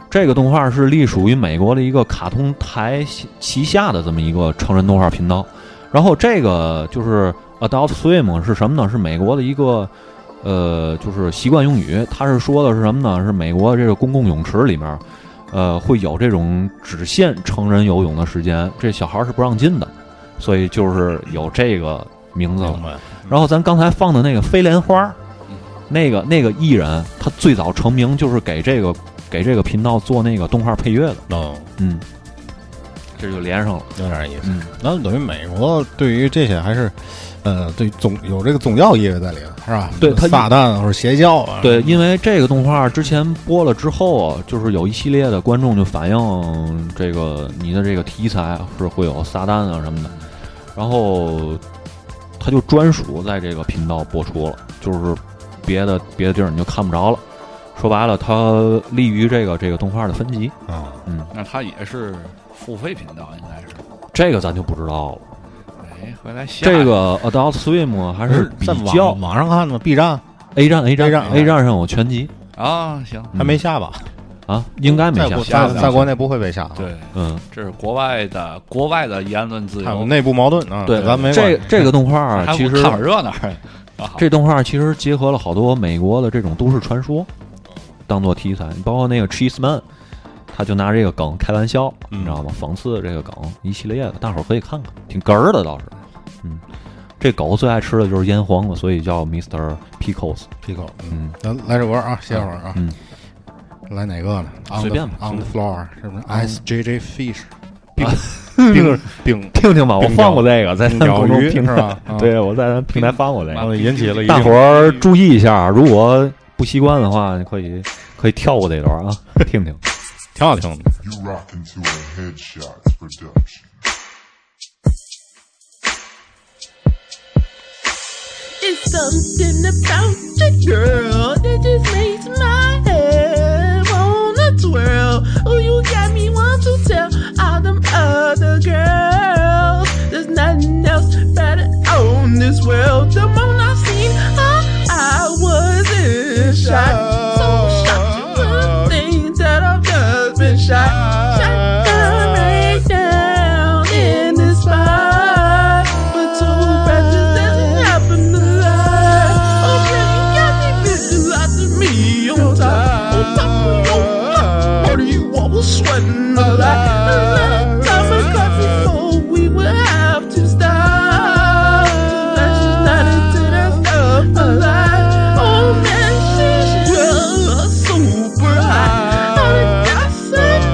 S2: 这个动画是隶属于美国的一个卡通台旗下的这么一个成人动画频道。然后这个就是 Adult Swim 是什么呢？是美国的一个呃，就是习惯用语。它是说的是什么呢？是美国这个公共泳池里面，呃，会有这种只限成人游泳的时间，这小孩儿是不让进的，所以就是有这个名字了。
S6: 白？
S2: 然后咱刚才放的那个飞莲花，那个那个艺人，他最早成名就是给这个给这个频道做那个动画配乐的，
S6: 哦，
S2: 嗯，这就连上了，
S6: 有点意思。
S2: 嗯，
S6: 那等于美国对于这些还是，呃，对宗有这个宗教意味在里头，是吧？
S2: 对它
S6: 撒旦或者邪教啊，
S2: 对，因为这个动画之前播了之后啊，就是有一系列的观众就反映这个你的这个题材是会有撒旦啊什么的，然后他就专属在这个频道播出了，就是别的别的地儿你就看不着了。说白了，它利于这个这个动画的分级，
S6: 啊，
S8: 那他也是付费频道，应该是。
S2: 这个咱就不知道了。
S8: 哎，回来下
S2: 这个 Adult Swim 还是比
S6: 在
S2: 较
S6: 网网上看的吗？B 站
S2: A 站 A 站
S6: A 站
S2: A 站上有全集嗯
S8: 啊，行，
S6: 还没下吧？
S2: 啊，应该没
S6: 在
S2: 下
S6: 国
S8: 下
S6: 在
S8: 不了
S6: 在国内不会被下，，
S8: 对，
S2: 嗯，
S8: 这是国外的国外的言论自
S6: 还有
S8: 由，
S6: 内部矛盾啊，
S2: 对，
S6: 咱没关
S2: 这
S6: 系
S2: 这个动画
S8: 还
S2: 儿
S8: 不
S2: 其实
S8: 看会儿热闹 儿。啊
S2: 这动画其实结合了好多美国的这种都市传说，当做题材，包括那个 Cheese Man，他就拿这个梗开玩笑，
S6: 嗯
S2: 你知道吗？讽刺这个梗一系列的，大伙儿可以看看，挺哏儿的倒是。嗯，这狗最爱吃的就是腌黄瓜，所以叫 Mr. Pickles。
S6: Pico，
S2: 嗯，
S6: 咱来首歌啊，歇会儿啊，
S2: 嗯，
S6: 来哪个呢？On the-
S2: 随便吧嗯
S6: On the floor 是不是？S J J Fish，
S2: 啊
S6: 冰 冰
S2: 听听吧，我
S6: 冰雕
S2: 放过这个，在
S6: 冰
S2: 咱
S6: 雕
S2: 公众
S6: 鱼
S2: 平
S6: 是吧啊
S2: 台， 对，我在咱平台嗯放过这
S8: 啊
S6: 冰，
S2: 个。
S6: 哦引起了一
S2: 大
S6: 定
S2: 伙儿注意一下，如果不习惯的话，你可以可以跳过这段 啊，听听。
S6: 挺好听的。
S11: You rock into a headshot production.
S5: It's something about the girl that just makes my head wanna twirl. Oh, you got me want to tell all them other girls there's nothing else better on this world. The more I seen her, I was in shock, so shocked with things that I've just been shot. Shot down right down in this spot, but two breaths doesn't happen a lot. Oh, girl, you got me visualizing me on top.
S8: sweating a lot. A lot of time has passed before we would have to stop. Tonight she's not into that stuff a lot. Oh man, she's just super hot. I done got some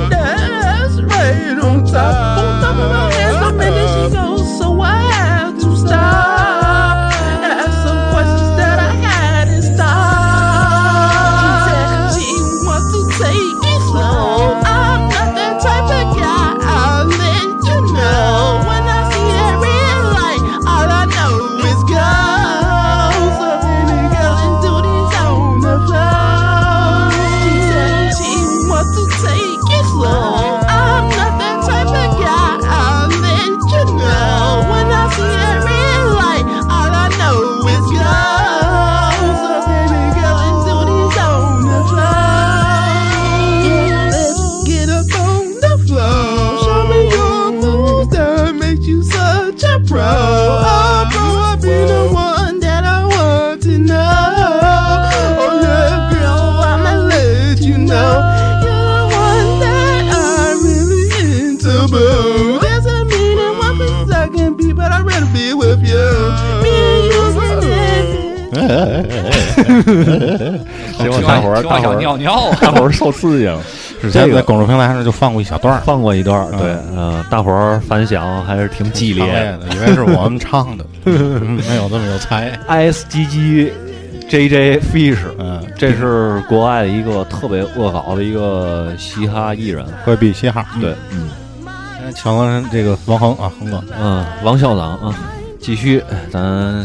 S8: that's right on top. On top of my hands, the minute she goes, so I have to stop. Ask some questions that I hadn't stopped. She said she wants to take it slow. I'm not that type of guy. I'll let you know when I see that red light. All I know is go. So baby girl, let's do this on the floor. She said she wants to take it slow. I'm not that type of guy. I'll let you know when I see that red light. All I know is go. So baby girl, let's do this on the floor. Let's get up on the floor. Show me your moves that make you such a pro. Oh, bro, I be the one that I want to know. Oh, yeah, girl, I'ma let you know. You're the one that I really into, boo. There's a meaning one place I can be, but I'd rather be with you. Me and you's been dancing.
S2: 结果大伙儿
S12: 听
S2: 大
S12: 完
S2: 伙
S12: 想
S2: 儿
S12: 尿尿啊
S2: 大伙儿受刺激 了。
S6: 之前在公众平台上就放过一小段 儿，
S2: 放过一段儿，对，嗯，大伙儿反响还是挺激烈
S6: 挺强烈的以为是我们唱 的没有这么有才。
S2: S G G J J Fish，嗯，这是国外的一个特别恶搞的一个嘻哈艺人，
S6: 怪比嘻哈，
S2: 对，嗯，
S6: 强哥这个王恒啊，恒哥，
S2: 嗯，王校长啊，继续咱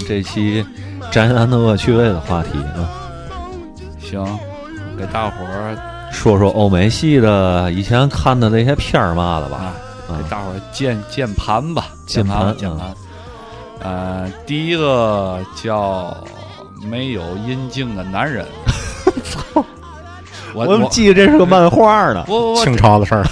S2: 这期宅男的恶趣味的话题啊，
S12: 行，给大伙儿
S2: 说说欧美系的以前看的那些片儿嘛的吧，啊
S12: 给，大伙儿啊键键呃盘吧，
S2: 键
S12: 键
S2: 盘嗯
S12: 吧键盘。呃，第一个叫没有阴茎的男人。我
S2: 我
S12: 我
S2: 们记得这是个漫画呢，
S12: 不不
S6: 清朝的事儿，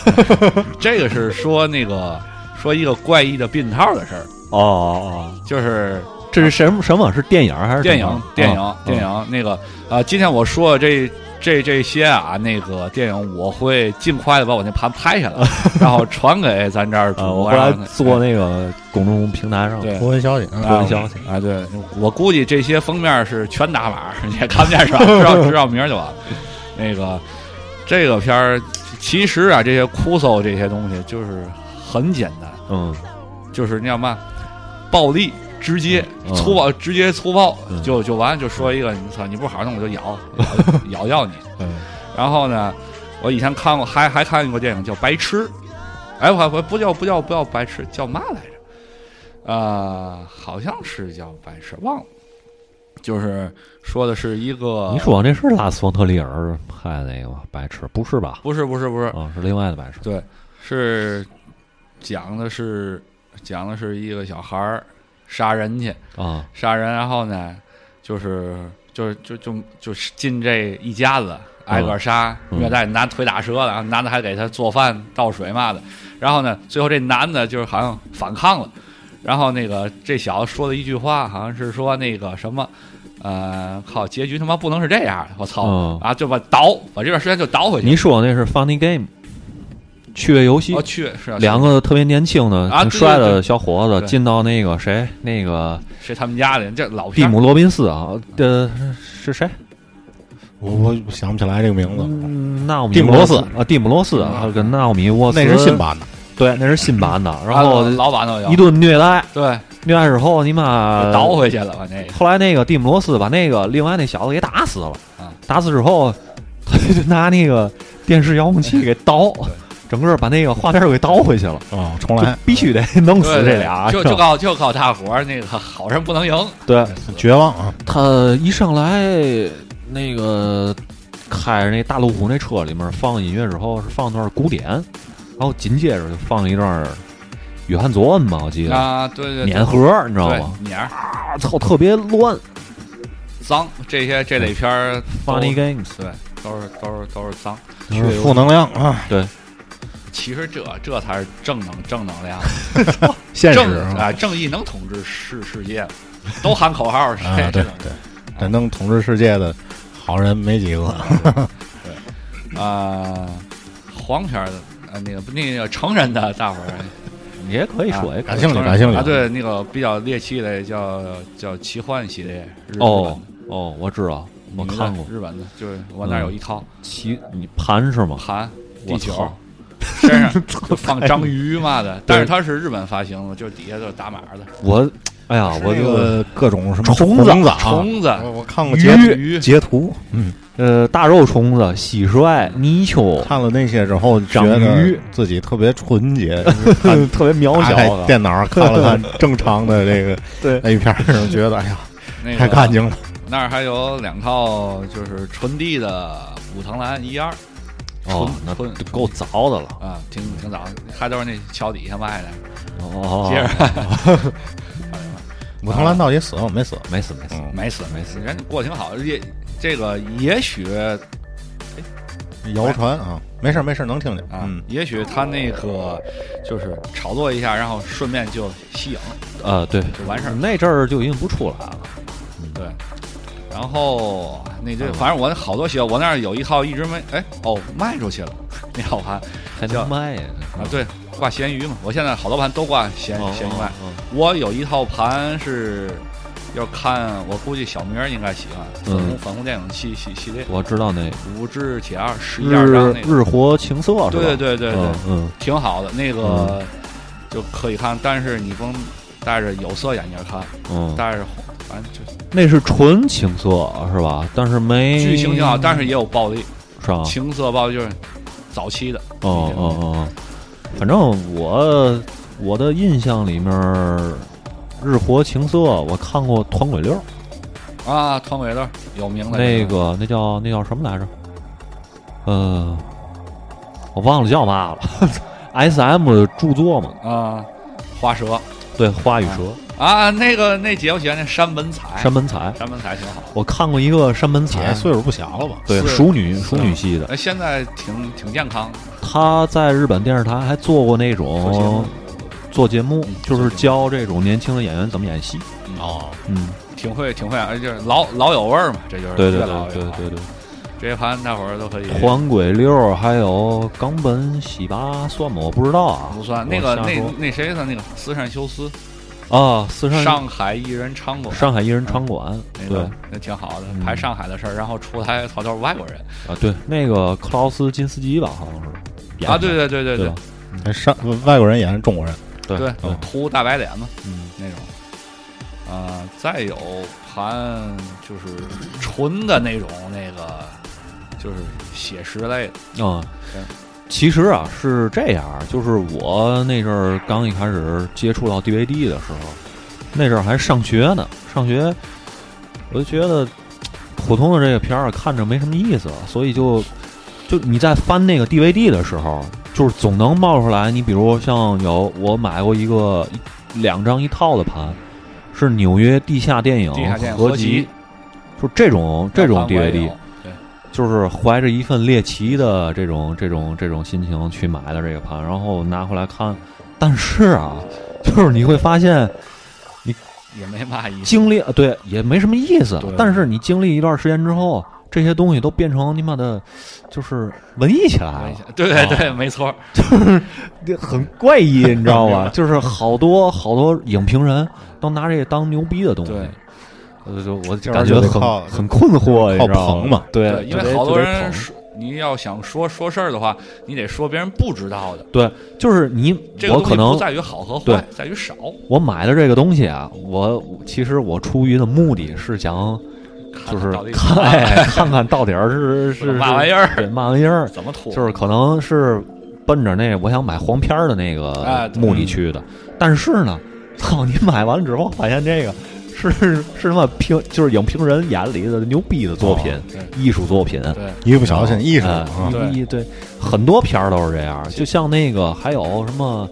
S12: 不，这个是说那个说一个怪异的病套的事儿，
S2: 哦哦，
S12: 就是
S2: 哦这是什么什么？是电影还是
S12: 电
S2: 什
S12: 影
S2: 么
S12: 电影
S2: 啊
S12: 电
S2: 啊
S12: 影那个呃，今天我说的这这这些啊，那个电影我会尽快的把我那盘拍下 来，然后传给咱这儿主
S2: 呃，我
S12: 播，
S2: 后来
S12: 然后
S2: 做那个公众平台上
S12: 对
S6: 图文消息啊，
S2: 播消息，
S12: 啊，对我估计这些封面是全打码，也看不见是吧？知 道知道名儿就完了。那个这个片儿，其实啊，这些哭搜这些东西就是很简单，
S2: 嗯，
S12: 就是你要嘛，暴力直接、
S2: 嗯
S12: 粗暴，直接粗暴、
S2: 嗯
S12: 就就完，就说一个你操，你不好好弄我就 咬咬咬咬你。
S2: 嗯
S12: 然后呢，我以前看过，还还看过电影叫《白痴》，哎，我我不叫不叫不叫白痴，叫嘛来着？啊，好像是叫白痴，忘了。就是说的是一个，
S2: 你说那是拉斯冯特利尔拍的那个吗？白痴不是吧？
S12: 不是不是不是，
S2: 啊，是另外的白痴。
S12: 对，是讲的是讲的是一个小孩儿杀人去，
S2: 啊，
S12: 杀人，然后呢，就是就是就就就是进这一家子挨个杀，
S2: 嗯
S12: 虐待拿腿打折了，然后男的还给他做饭倒水嘛的，然后呢，最后这男的就是好像反抗了，然后那个这小子说了一句话，好像是说那个什么。呃，靠！结局他妈不能是这样的，我操！
S2: 嗯
S12: 啊，就把倒，把这段时间就倒回去。
S2: 你说那是 Funny Game，趣味游戏
S12: 哦，，去是啊
S2: 两个特别年轻的、
S12: 啊
S2: 挺
S12: 对
S2: 帅
S12: 对
S2: 的
S12: 对
S2: 小伙子
S12: 对
S2: 进到那个谁，那个
S12: 谁他们家的人？这老
S2: 蒂
S12: 片儿
S2: 姆·罗宾斯啊，呃，是谁？
S6: 我我想不起来这个名字，
S2: 嗯纳奥米
S6: 蒂姆罗斯
S2: 啊，蒂姆·罗斯啊，跟纳奥米·沃斯，
S6: 那是新，版的，
S2: 对，那是新版的。然
S12: 啊
S2: 后
S12: 老板都有
S2: 一顿虐待，
S12: 对，
S2: 虐待之后，你妈
S12: 倒回去了吧那个
S2: 后来那个蒂姆罗斯把那个另外那小子给打死了，
S12: 啊
S2: 打死之后，他就拿那个电视遥控器给倒，整个把那个画面给倒回去了，
S6: 啊，重
S2: 就
S6: 来，
S2: 必须得弄死
S12: 对对
S2: 这俩。
S12: 就是就
S2: 吧
S12: 靠就靠大伙儿那个好人不能赢，
S2: 对
S6: 绝望啊，
S2: 他一上来那个开着那大路虎那车里面放音乐之后是放段古典，然后紧接着就放一段约翰佐恩嘛，我记得
S12: 啊，对对，对
S2: 碾核，你知道
S12: 对
S2: 吗？
S12: 碾儿
S2: 啊，操，特别乱嗯
S12: 脏这些这类片儿都
S2: ，Funny Games，
S12: 对，都是都是都是脏。
S6: 负能量啊，
S12: 其实这这才是正能正能量，
S6: 现实
S12: 正
S6: 啊，
S12: 啊正义能统治世世界，都喊口号儿，
S6: 啊
S12: 这
S6: 对
S12: 这
S6: 对，但能统 治世界的好人没几个，
S12: 啊，
S8: 黄片儿的，呃，那个不那个成人的，大伙儿哎
S2: 也可以说
S8: 啊
S2: 也可以
S6: 感兴趣
S8: 成人
S6: 感兴趣
S8: 啊。对，那个比较猎奇的叫叫奇幻系列，日
S2: 哦哦，我知道，我
S8: 本的
S2: 看过
S8: 日本的，就是我那儿有一套
S2: 奇，你盘是吗？
S8: 盘
S2: 我
S8: 地球
S2: 操，
S8: 身 上就放章鱼嘛的，但是它是日本发行的，就是底下都是打码的。
S2: 我，哎呀，我
S6: 那
S2: 就
S6: 个各种什么
S2: 虫
S6: 子、
S2: 子哦
S6: 子啊、
S8: 虫子
S6: 我我看过截
S2: 鱼
S6: 图截图，
S2: 嗯，呃，大肉虫子、蟋蟀、泥鳅，
S6: 看了那些之后，觉
S2: 章鱼
S6: 得自己特别纯 洁，就是看
S2: 特别渺
S6: 打
S2: 小啊
S6: 开
S2: 的。
S6: 电脑看了看正常的这 个
S2: 对
S6: 那一片儿，觉得哎呀
S8: 那个
S6: 太干净了。
S8: 那儿还有两套就是纯地的武藤兰一二
S2: 哦，
S8: 纯
S2: 那
S8: 纯
S2: 够凿的了。
S8: 啊，挺挺早，还都是那桥底下卖的。
S2: 哦，
S8: 接着
S6: 武藤兰到底死了没死？
S2: 没死没死，
S6: 嗯
S8: 没死没死，人家过得挺好，也这个也许
S6: 谣传啊，没事儿没事儿，能听见。
S8: 啊，
S6: 嗯，
S8: 也许他那个就是炒作一下，然后顺便就吸引，
S2: 呃，对，
S8: 就完事儿
S2: 那阵儿就已经不出来了。嗯
S8: 对。然后那这反正我好多鞋，我那儿有一套一直没哎哦卖出去了， 那套盘
S2: 还
S8: 叫
S2: 能卖呀？
S8: 啊，对，挂咸鱼嘛。我现在好多盘都挂咸
S2: 哦
S8: 咸鱼
S2: 哦
S8: 卖。
S2: 哦
S8: 我有一套盘是，要看我估计小明儿应该喜欢，粉红
S2: 嗯
S8: 粉红电影系系系列，
S2: 我知道那
S8: 五至铁二十一二章
S2: 日
S8: 那个，
S2: 日活情色是吧？
S8: 对对对对
S2: 嗯嗯，
S8: 挺好的，那个就可以看，但是你不能戴着有色眼镜看，
S2: 嗯，
S8: 戴着红反正就
S2: 那是纯情色是吧？但是没
S8: 剧情挺好，但是也有暴力，
S2: 是吧？
S8: 情色暴力就是早期的，
S2: 哦哦哦，反正我我的印象里面，日活情色我看过《团鬼六》，
S8: 啊，汤唯的有名的
S2: 那个那叫那叫什么来着？呃，我忘了叫嘛了。S M 著作嘛，
S8: 啊，花蛇
S2: 对，《花与蛇
S8: 啊，那个那姐夫喜欢那山本》彩，
S2: 山本彩，
S8: 山本彩挺好。
S2: 我看过一个山本
S6: 姐
S2: 彩，
S6: 岁数不小了吧？
S2: 对，
S8: 是
S2: 熟女熟女系的，
S8: 哎，现在挺挺健康，
S2: 她在日本电视台还做过那
S8: 做节目
S2: 种做节目
S8: 嗯，
S2: 就
S8: 做
S2: 是
S8: 节目
S2: 教这种年轻的演员怎么演戏。
S6: 哦，
S2: 嗯，
S8: 挺会挺会，而且老老有味儿嘛，这就是
S2: 对对
S8: 越
S2: 对
S8: 老越
S2: 对
S8: 好
S2: 对对。
S8: 这些盘大伙儿都可以。
S2: 环轨六还有冈本喜八算吗？我不知道啊，
S8: 不算那个
S2: 我瞎
S8: 那
S2: 说
S8: 那谁他那个慈善修斯，
S2: 啊，四川
S8: 上海艺人昌过，
S2: 上海艺人场馆，
S8: 那
S2: 对
S8: 个那挺好的
S2: 嗯，
S8: 拍上海的事儿，然后出来好像是外国人
S2: 啊对，那个克劳斯金斯基吧，好像是演
S8: 啊，
S2: 的
S8: 对对对对
S2: 对
S8: 对
S2: 吧
S6: 还上外国人演中国人，
S2: 对
S8: 对
S6: 嗯，
S8: 涂大白脸嘛
S2: 嗯
S8: 那种。啊、再有盘就是纯的那种那个，就是写实类的，
S2: 啊
S8: 对。
S2: 其实啊是这样，就是我那阵儿刚一开始接触到 DVD 的时候，那阵儿还上学呢，上学我就觉得普通的这个片儿看着没什么意思，所以就就你在翻那个 DVD 的时候，就是总能冒出来，你比如像有我买过一个两张一套的盘，是纽约地下电影
S8: 地下电影
S2: 合
S8: 合集，
S2: 就这种这种
S8: 那盘我也
S2: DVD，
S8: 有对，
S2: 就是怀着一份猎奇的这种这种这种心情去买的这个盘，然后拿回来看。但是啊， 就是你会发现
S8: 也没嘛意思。
S2: 经历呃对也没什么意思
S8: 对，
S2: 但是你经历一段时间之后，这些东西都变成你妈的，就是文艺起来了，啊
S8: 对对对，没错儿，
S2: 很怪异，你知道吧？就是好多好多影评人都拿这个当牛逼的东西
S8: 对。
S2: 呃，就我
S6: 这玩意
S2: 感
S6: 儿
S2: 觉
S6: 就得
S2: 很
S6: 靠
S2: 很困惑，你
S6: 靠
S2: 知道
S6: 捧
S2: 吗
S6: 嘛？
S2: 对
S8: 对，因
S2: 就得
S8: 为好多
S2: 就得捧
S8: 人说你要想说说事儿的话，你得说别人不知道的。
S2: 对，就是你
S8: 这，个
S2: 我
S8: 东
S2: 可
S8: 西不
S2: 能
S8: 在于好和坏
S2: 对，
S8: 在于少。
S2: 我买的这个东西啊，我其实我出于的目的是想，就是
S8: 到底
S2: 看、哎、看看到底儿是是
S8: 嘛玩意儿
S2: 对嘛玩意儿，
S8: 怎么吐？
S2: 就是可能是奔着那我想买黄片儿的那
S8: 哎
S2: 个
S8: 对
S2: 目的去的。但是呢， 操，你买完了之后发现这个是是他妈评，就是影评人眼里的牛逼的作品，艺术作品。
S8: 哦对
S6: 一个不小心意识了
S2: 啊，
S6: 啊，
S8: 嗯对
S2: 一对，很多片儿都是这样儿，就像那个还有什么，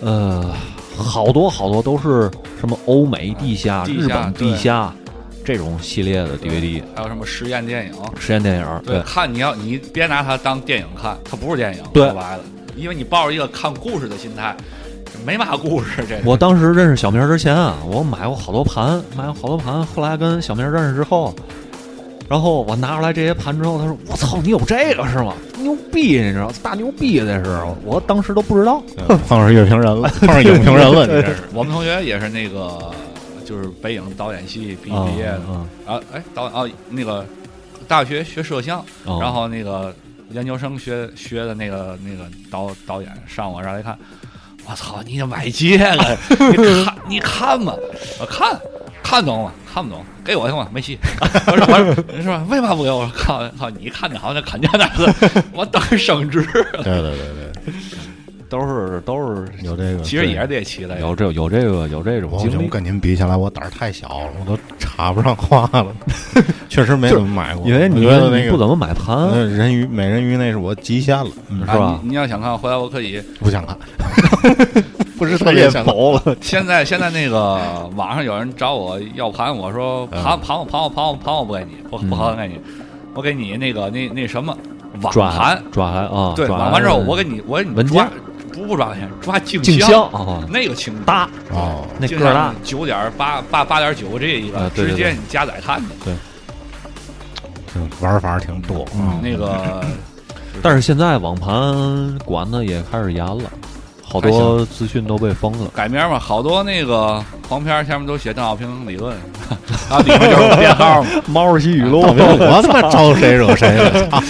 S2: 呃，好多好多都是什么欧美地下、
S8: 嗯地
S2: 日
S8: 下
S2: 本
S8: 对
S2: 地下这种系列的 DVD
S8: 还有什么实验电影？
S2: 实验电影儿，对
S8: 看你要你别拿它当电影看，它不是电影。
S2: 对
S8: 说白了，因为你抱着一个看故事的心态，没嘛故事。这个
S2: 我当时认识小明儿之前啊，我买过好多盘，买过好多盘。后来跟小明儿认识之后，然后我拿出来这些盘之后，他说：“我操，你有这个是吗？牛逼，你知道，大牛逼这是，我当时都不知道，
S6: 碰上乐评人 了，碰上影评人了，你这是。
S8: 我们同学也是那个，就是北影导演系毕毕
S6: 啊
S8: 业的，然后哎，导演哦，那个大学学摄像，
S2: 哦
S8: 然后那个研究生学学的那个那个导导演上我这儿来看，我操，你就买这个，你看你看吧，我看看懂吗？看不懂，给我行吗？没戏。 我说我说是吧？为嘛不给我？ 我说靠靠，你看的好像看见那是，我当时升职。
S6: 对对对对，
S2: 都是都是
S6: 有这个，
S8: 其实也是得期待。
S2: 有这有这个有这种
S6: 我
S2: 经
S6: 就
S2: 历，
S6: 跟您比起来，我胆儿太小了，我都插不上话 了。确实没怎么买过，
S2: 因为你
S6: 我觉得那
S2: 你
S6: 个嗯
S2: 不怎么买盘
S6: 那人鱼美人鱼那是我极限了，啊嗯是
S8: 啊
S6: 吧？
S8: 你你要想看，回来我可以。
S6: 不想看， 不是特别想看。
S2: 了。
S8: 现在现在那个网上有人找我要盘，我说
S6: 嗯
S8: 盘盘我盘我盘我盘我不给你，不不好给你，我给你那个那那什么网
S2: 嗯转
S8: 盘，
S2: 转盘啊，
S8: 对，
S2: 转
S8: 网
S2: 盘
S8: 盘之后我给你我给你
S2: 文
S8: 抓
S2: 件
S8: 不不抓文件，抓镜
S2: 镜
S8: 像
S2: 像哦
S8: 那个清
S2: 搭
S6: 哦，
S2: 那个儿大，
S8: 九点八八八点九这一个
S2: 啊对对
S8: 直接
S2: 对
S8: 你加载看的
S6: 这玩法挺多，
S8: 那个，
S2: 嗯 但是现在网盘管的也开始严了，好
S8: 还
S2: 多资讯都被封了。
S8: 改名嘛，好多那个黄片儿前面都写邓小平理 论，然后里面就是编号嘛。
S2: 猫儿戏语录，
S6: 我他妈招谁惹谁 了？操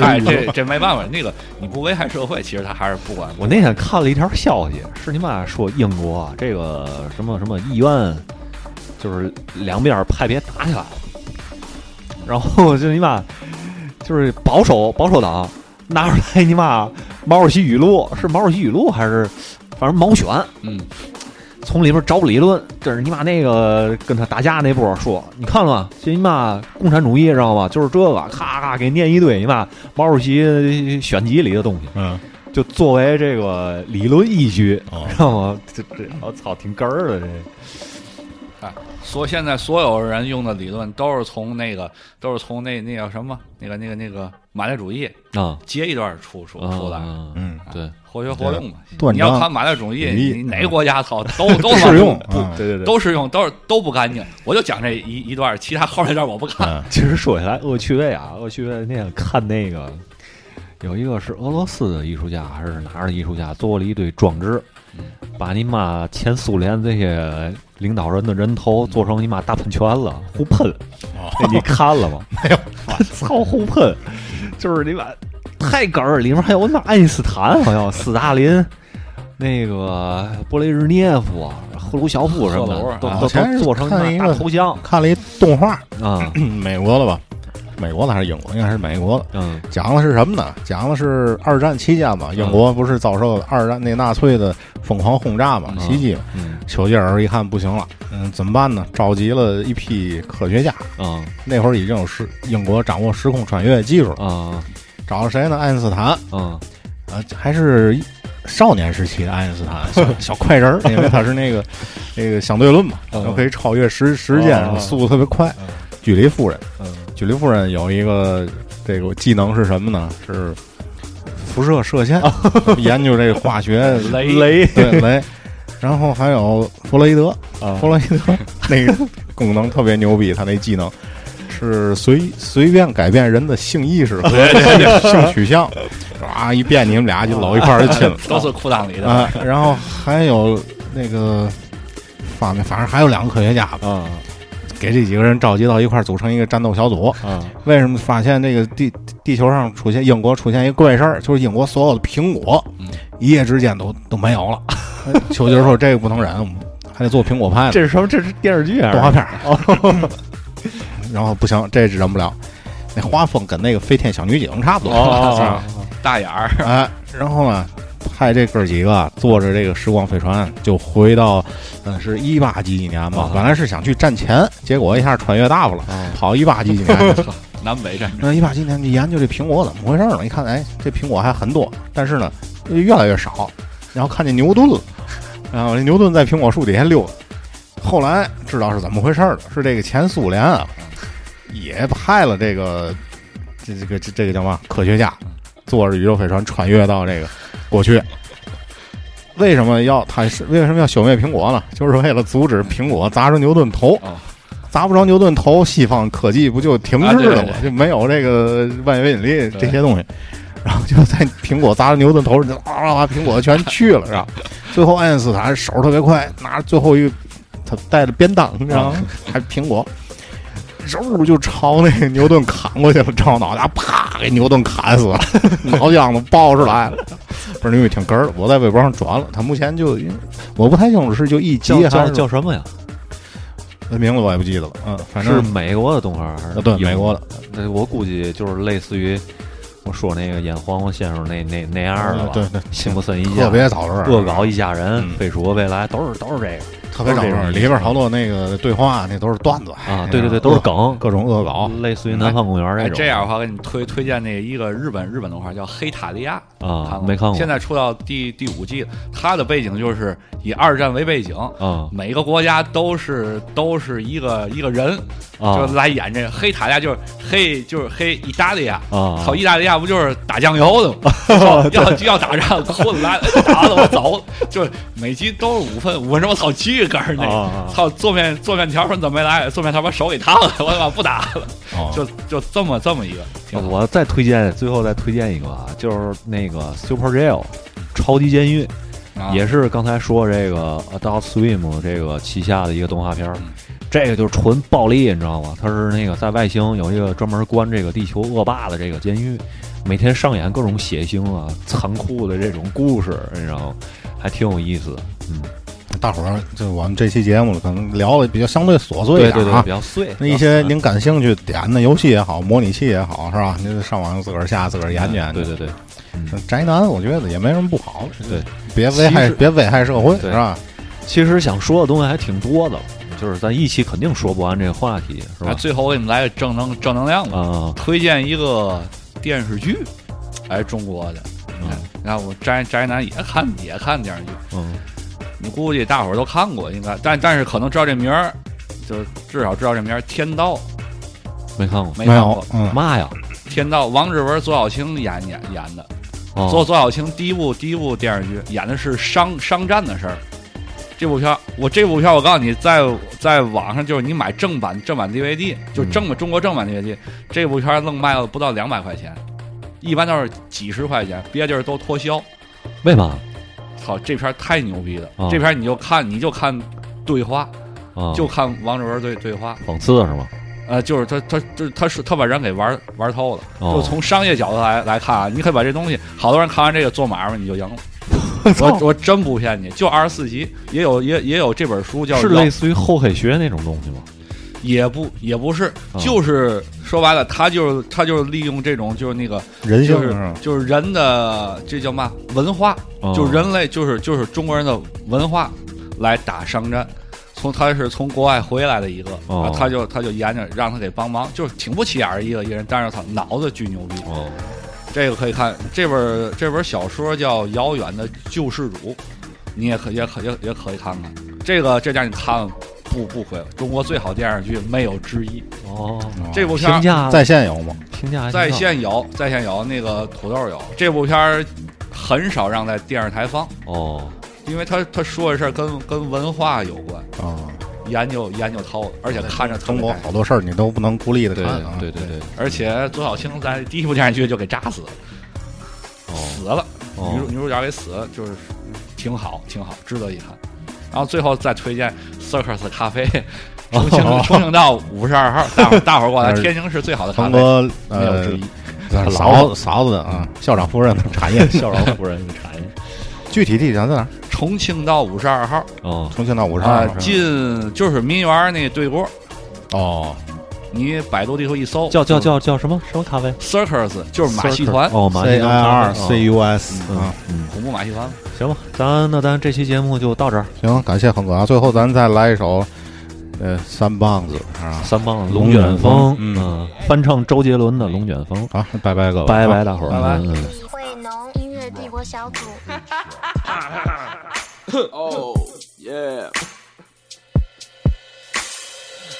S8: 哎，这这没办法，那个你不危害社会，其实他还是不管。
S2: 我那天看了一条消息，是你妈说英国啊这个什么什么议院，就是两边派别打起来了，然后就你妈就是保守保守党拿出来你妈毛主席语录，是毛主席语录还是反正毛选，
S8: 嗯，
S2: 从里面找理论，这是你妈那个跟他打架那波说，你看看这你妈共产主义知道吗？就是这个，咔咔给念一堆你妈毛主席选集里的东西。
S6: 嗯，
S2: 就作为这个理论依据，
S6: 哦
S2: 知道吗？这这，我操，挺哏儿的这。
S8: 哎，所以现在所有人用的理论都是从那个，都是从那那叫什么，那个那个那个马列主义
S2: 啊
S8: 截一段出出出来，
S2: 啊
S6: 嗯，
S2: 对，
S8: 活学活用嘛。
S6: 断
S8: 你要
S6: 章
S8: 看马列主义，
S6: 语义
S2: 啊
S8: 你哪个国家操 都都
S6: 不适用
S8: 不
S6: 啊
S2: 对对
S8: 都适用，都是都不干净。我就讲这一一段，其他后面一段我不看。
S6: 嗯
S2: 啊 其实说起来，恶趣味啊，恶趣味那天看那个，有一个是俄罗斯的艺术家还是哪儿的艺术家做了一堆装置，把你妈前苏联这些领导人的人头做成你妈大喷泉了，互喷。那你看了 吗？没有，操，互喷，就是你妈太哏儿，里面还有我他妈爱因斯坦，好像斯大林。那个布雷日涅夫、啊赫鲁晓夫什么
S8: 赫鲁啊
S2: 的，都
S6: 啊
S2: 都
S6: 我前
S2: 都
S6: 日
S2: 做成
S6: 看一
S2: 大
S6: 个
S2: 头 像
S6: 看了一动画，嗯
S2: 啊，
S6: 美国的吧？美国的还是英国？应该是美国的。
S2: 嗯
S6: 讲的是什么呢？讲的是二战期间嘛，英国不是遭受二战那纳粹的疯狂轰炸嘛，袭击嘛。
S2: 嗯
S6: 丘吉尔一看不行了，嗯，怎么办呢？召集了一批科学家，
S2: 啊
S6: 那会儿已经有时英国掌握时空穿越技术了，
S2: 啊
S6: 找了谁呢？爱因斯坦，
S2: 啊
S6: 呃，还是少年时期的爱因斯坦，小 小快人儿， 因为他是那个那个相对论嘛，
S2: 嗯
S6: 然后可以超越时时间
S2: 哦，
S6: 速度特别快。居里夫人，
S2: 嗯
S6: 居里夫人有一个这个技能是什么呢？是辐射 射线，研究这个化学
S8: 雷，
S6: 对雷。然后还有弗洛伊德，
S2: 啊
S6: 弗洛伊德那个功能特别牛逼，他那技能是随随便改变人的性意识和性取向，啊，一变你们俩就搂一块儿就亲了
S8: 都是裤裆里的。
S6: 啊。然后还有那个反正反正还有两个科学家吧，
S2: 啊
S6: 给这几个人召集到一块儿，组成一个战斗小组。
S2: 啊
S6: 为什么发现这个地地球上出现英国出现一怪事儿？就是英国所有的苹果，
S2: 嗯
S6: 一夜之间都都没有了。 丘吉尔说：“这个不能忍，我们还得做苹果派呢。”
S2: 这是什么？这是电视剧
S6: 动画
S2: 啊？
S6: 片儿。 然后不行，这忍不了。那画风跟那个《飞天小女警》差不多。
S2: 哦
S8: 大眼儿，
S6: 哎，然后呢，派这哥儿几个坐着这个时光飞船就回到，嗯，是一八几几年吧
S2: 啊？
S6: 本来是想去战前，结果一下穿越大发了，跑一八几几年去了。
S8: 南北战争。
S6: 那一八几年就研究这苹果怎么回事儿了？一看，哎，这苹果还很多，但是呢，越来越少。然后看见牛顿了，然后这牛顿在苹果树底下溜达。后来知道是怎么回事儿了，是这个前苏联啊，也派了这个这这个这这个叫嘛科学家，坐着宇宙飞船穿越到这个过去。为什么要他是为什么要消灭苹果呢？就是为了阻止苹果砸着牛顿头
S8: 哦。
S6: 砸不着牛顿头，西方科技不就停滞
S8: 啊对
S6: 了
S8: 对
S6: 吗？就没有这个万有引力这些东西。然后就在苹果砸到牛顿头上，就啊，把苹果全去了， 然后最后爱因斯坦手特别快，拿着最后一个，他带着鞭档，你知道吗？
S8: 啊
S6: 还苹果，肉就朝那个牛顿砍过去了，照脑袋啪给牛顿砍死 了，脑浆子爆出来了。 不是因为挺哏儿的，我在微博上转了，他目前就我不太清楚是就一集
S13: 叫
S6: 还
S13: 叫
S6: 是
S13: 叫什么呀？
S6: 那名字我也不记得了，嗯，反
S13: 是
S6: 正
S13: 美国的动画还是？
S6: 啊对美国的。
S13: 那呃我估计就是类似于我说那个演黄瓜先生那那那样的吧
S6: 嗯。对对
S13: 辛普森一家
S6: 特别嗯早认
S13: 恶搞一家人，飞鼠未来都是都是这个，
S6: 特别
S13: 都
S6: 找
S13: 是这
S6: 事
S13: 种
S6: 里边好多那个对话，那都是段子
S13: 啊，对对对，都是梗，
S6: 各种哎恶搞，
S13: 类似于南方公园
S2: 哎，
S13: 种。
S2: 这样的话，给你推推荐那一个日本日本动画叫《黑塔利亚》
S13: 啊
S2: 过吗
S13: 没看过
S2: 现在出到第第五季了，它的背景就是以二战为背景，
S13: 啊
S2: 每个国家都是都是一个一个人，
S13: 啊
S2: 就来演这个黑塔利亚，就是黑就是黑意大利亚，
S13: 啊
S2: 操，意大利亚不就是打酱油的 吗？要要要打仗， 哭了来打了我走，就是每集都是五分五分钟，我操七个根儿
S13: 啊
S2: 那，操做面做面条儿怎么没来？做面条儿把手给烫了，我 他妈不打了。就就这么这么一个，挺好
S13: 啊我再推荐，最后再推荐一个啊，就是那个 Super Jail 超级监狱，
S2: 啊
S13: 也是刚才说这个 Adult Swim 这个旗下的一个动画片儿。这个就是纯暴力，你知道吗？它是那个在外星有一个专门关这个地球恶霸的这个监狱，每天上演各种血腥啊、残酷的这种故事，你知道吗？还挺有意思。嗯，
S6: 大伙儿，就我们这期节目可能聊的比较相对琐碎
S13: 对
S6: 一点
S13: 对对，
S6: 啊
S13: 比较碎。
S6: 那一些您感兴趣点的游戏也好，模拟器也好，是吧？您就上网自个儿下，自个儿研究研究。
S13: 啊对对对，
S6: 对，呃宅男我觉得也没什么不好，
S13: 对，
S6: 别危害
S13: 其实
S6: 别危害社会，是
S13: 对
S6: 吧？
S13: 其实想说的东西还挺多的了，就是咱一期肯定说不完这个话题，是
S2: 哎
S13: 吧？
S2: 最后我给你们来个正能正能量吧，
S13: 啊、
S2: 推荐一个电视剧，哎，中国的，哎
S13: 嗯
S2: 然后我宅宅男也看也看电视剧，
S13: 嗯，
S2: 你估计大伙儿都看过，应该，但但是可能知道这名儿，就至少知道这名儿《天道》，
S13: 没看过。
S2: 没
S6: 没
S2: 看
S6: 有
S2: 过，
S6: 嗯，
S13: 嘛呀？
S2: 《天道》，王志文、左小青演演演的，
S13: 哦
S2: 左左小青第一部第一部电视剧演的是商商战的事儿。这部片儿，我这部片儿，我告诉你，在在网上就是你买正版正版 DVD，就是
S13: 嗯
S2: 正版、中国正版 DVD，这部片儿愣卖了不到两百块钱，一般都是几十块钱，别的地儿都脱销。
S13: 为嘛
S2: 操，这片儿太牛逼了！
S13: 哦
S2: 这片儿你就看你就看对话，
S13: 啊？
S2: 就看王志文对对话，
S13: 讽刺是吗？
S2: 呃，就是他他就是他是他把人给玩玩透了。
S13: 哦
S2: 就从商业角度来来看啊，你可以把这东西，好多人看完这个做买卖你就赢了。 我我真不骗你，就二十四集，也有也也有这本书叫
S13: 是
S2: 老
S13: 类似于厚黑学那种东西吗？
S2: 也不也不是，
S13: 哦
S2: 就是说白了，他就是他就是利用这种就是那个
S6: 人性
S2: 就是是
S6: 吧
S2: 就是人的这叫嘛文化，
S13: 哦
S2: 就是人类就是就是中国人的文化来打商战。从他是从国外回来的一个，
S13: 哦
S2: 然后他就他就研究让他给帮忙，就是挺不起眼儿一个一个人，但是他脑子巨牛逼。
S13: 哦，
S2: 这个可以看这本这本小说叫《遥远的救世主》，你也可也可也也可以看看。这个这家你看了不不亏了，中国最好电视剧没有之一。
S13: 哦，
S2: 这部片
S13: 评
S2: 儿
S13: 价
S6: 在线有吗？
S13: 评价还挺
S2: 在
S13: 好
S2: 线有，在线有那个土豆有这部片儿，很少让在电视台放，
S13: 哦，
S2: 因为他他说的事儿跟跟文化有关，
S6: 啊，
S2: 研究研究透了，而且看着特
S6: 中
S2: 别
S6: 国
S2: 带劲
S6: 好多事儿你都不能孤立的
S13: 对
S6: 看啊。
S13: 对对对，
S2: 而且左小青在第一部电视剧就给炸死了，
S13: 哦
S2: 死了，
S13: 哦
S2: 女主女主角给死了，就是挺好，挺好，值得一看。然后最后再推荐 Circus 咖啡，重庆重庆道五十二号，大伙儿大伙儿过来，天津市最好的咖
S6: 腾
S2: 啡，
S6: 哥
S2: 没有
S6: 呃
S2: 之一。
S6: 嫂嫂子的啊，校长夫人的产业，
S13: 嗯 校长夫人产业
S6: 具体地点在哪儿？
S2: 重庆道五十二号
S13: 哦
S6: 重庆到五十
S2: 啊
S6: 二，
S8: 嗯
S2: 进就是民园那对过，
S6: 哦，
S2: 你百度地图一搜，
S13: 叫叫叫叫什么什么咖啡？
S2: 哦嗯 Circus，就是马戏团，
S13: 哦，马戏
S6: C
S13: 团
S6: I
S13: 咖
S6: R
S13: 啡
S6: C
S13: 哦
S6: U S
S13: 嗯
S6: 啊，
S13: 嗯，
S2: 恐怖马戏团。
S13: 行吧，咱那咱这期节目就到这儿，
S6: 行，感谢恒哥啊！最后咱再来一首，呃，三棒子啊，
S13: 三棒
S6: 龙
S13: 卷
S6: 卷
S13: 风
S6: 风，嗯
S13: 翻唱周杰伦的《龙卷风》，
S6: 好，拜拜各位，
S13: 拜拜，大伙儿，
S2: 拜拜
S13: 嗯嗯
S3: 惠农音乐帝国小组。
S8: oh, yeah.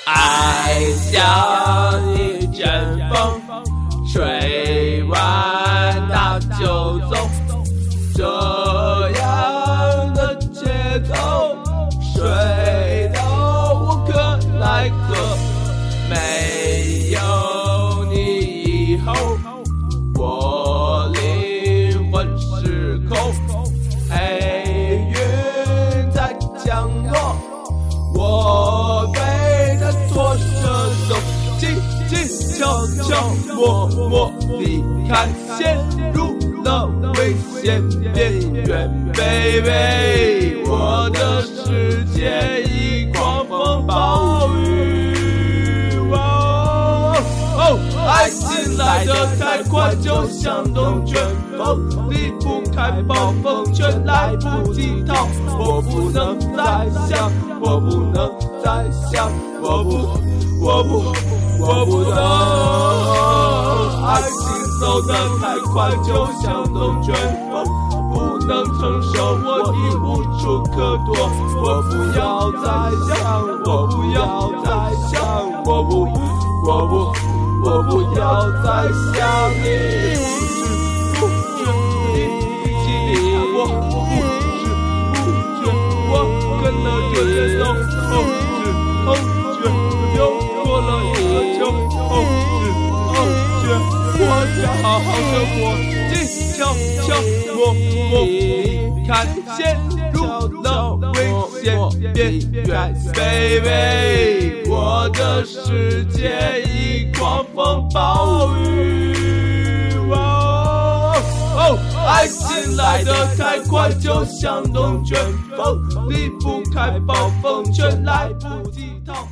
S8: 爱像一阵风，吹完它就走。这样的街头，谁都无可奈何。没有你以后，我离。危险边缘，baby，我的世界已狂风暴雨。哦哦，爱情来得太快，就像龙卷风，离不开暴风，却来不及逃。我不能再想，我不能再想，我不，我不，我不能。爱情走得太快，就像龙卷风，不能承受，我已无处可躲。我不要再想，我不要再想，我不，我不，我不要再想你。不知不觉你已经爱我不知不觉我跟了这些都后知后觉，又过了一个秋，后知后觉，我想好好生活，静悄悄默默离开，陷入了危险边缘，baby，我的世界已狂风暴雨。哦哦，爱情来得太快，就像龙卷风，离不开暴风圈，来不及逃。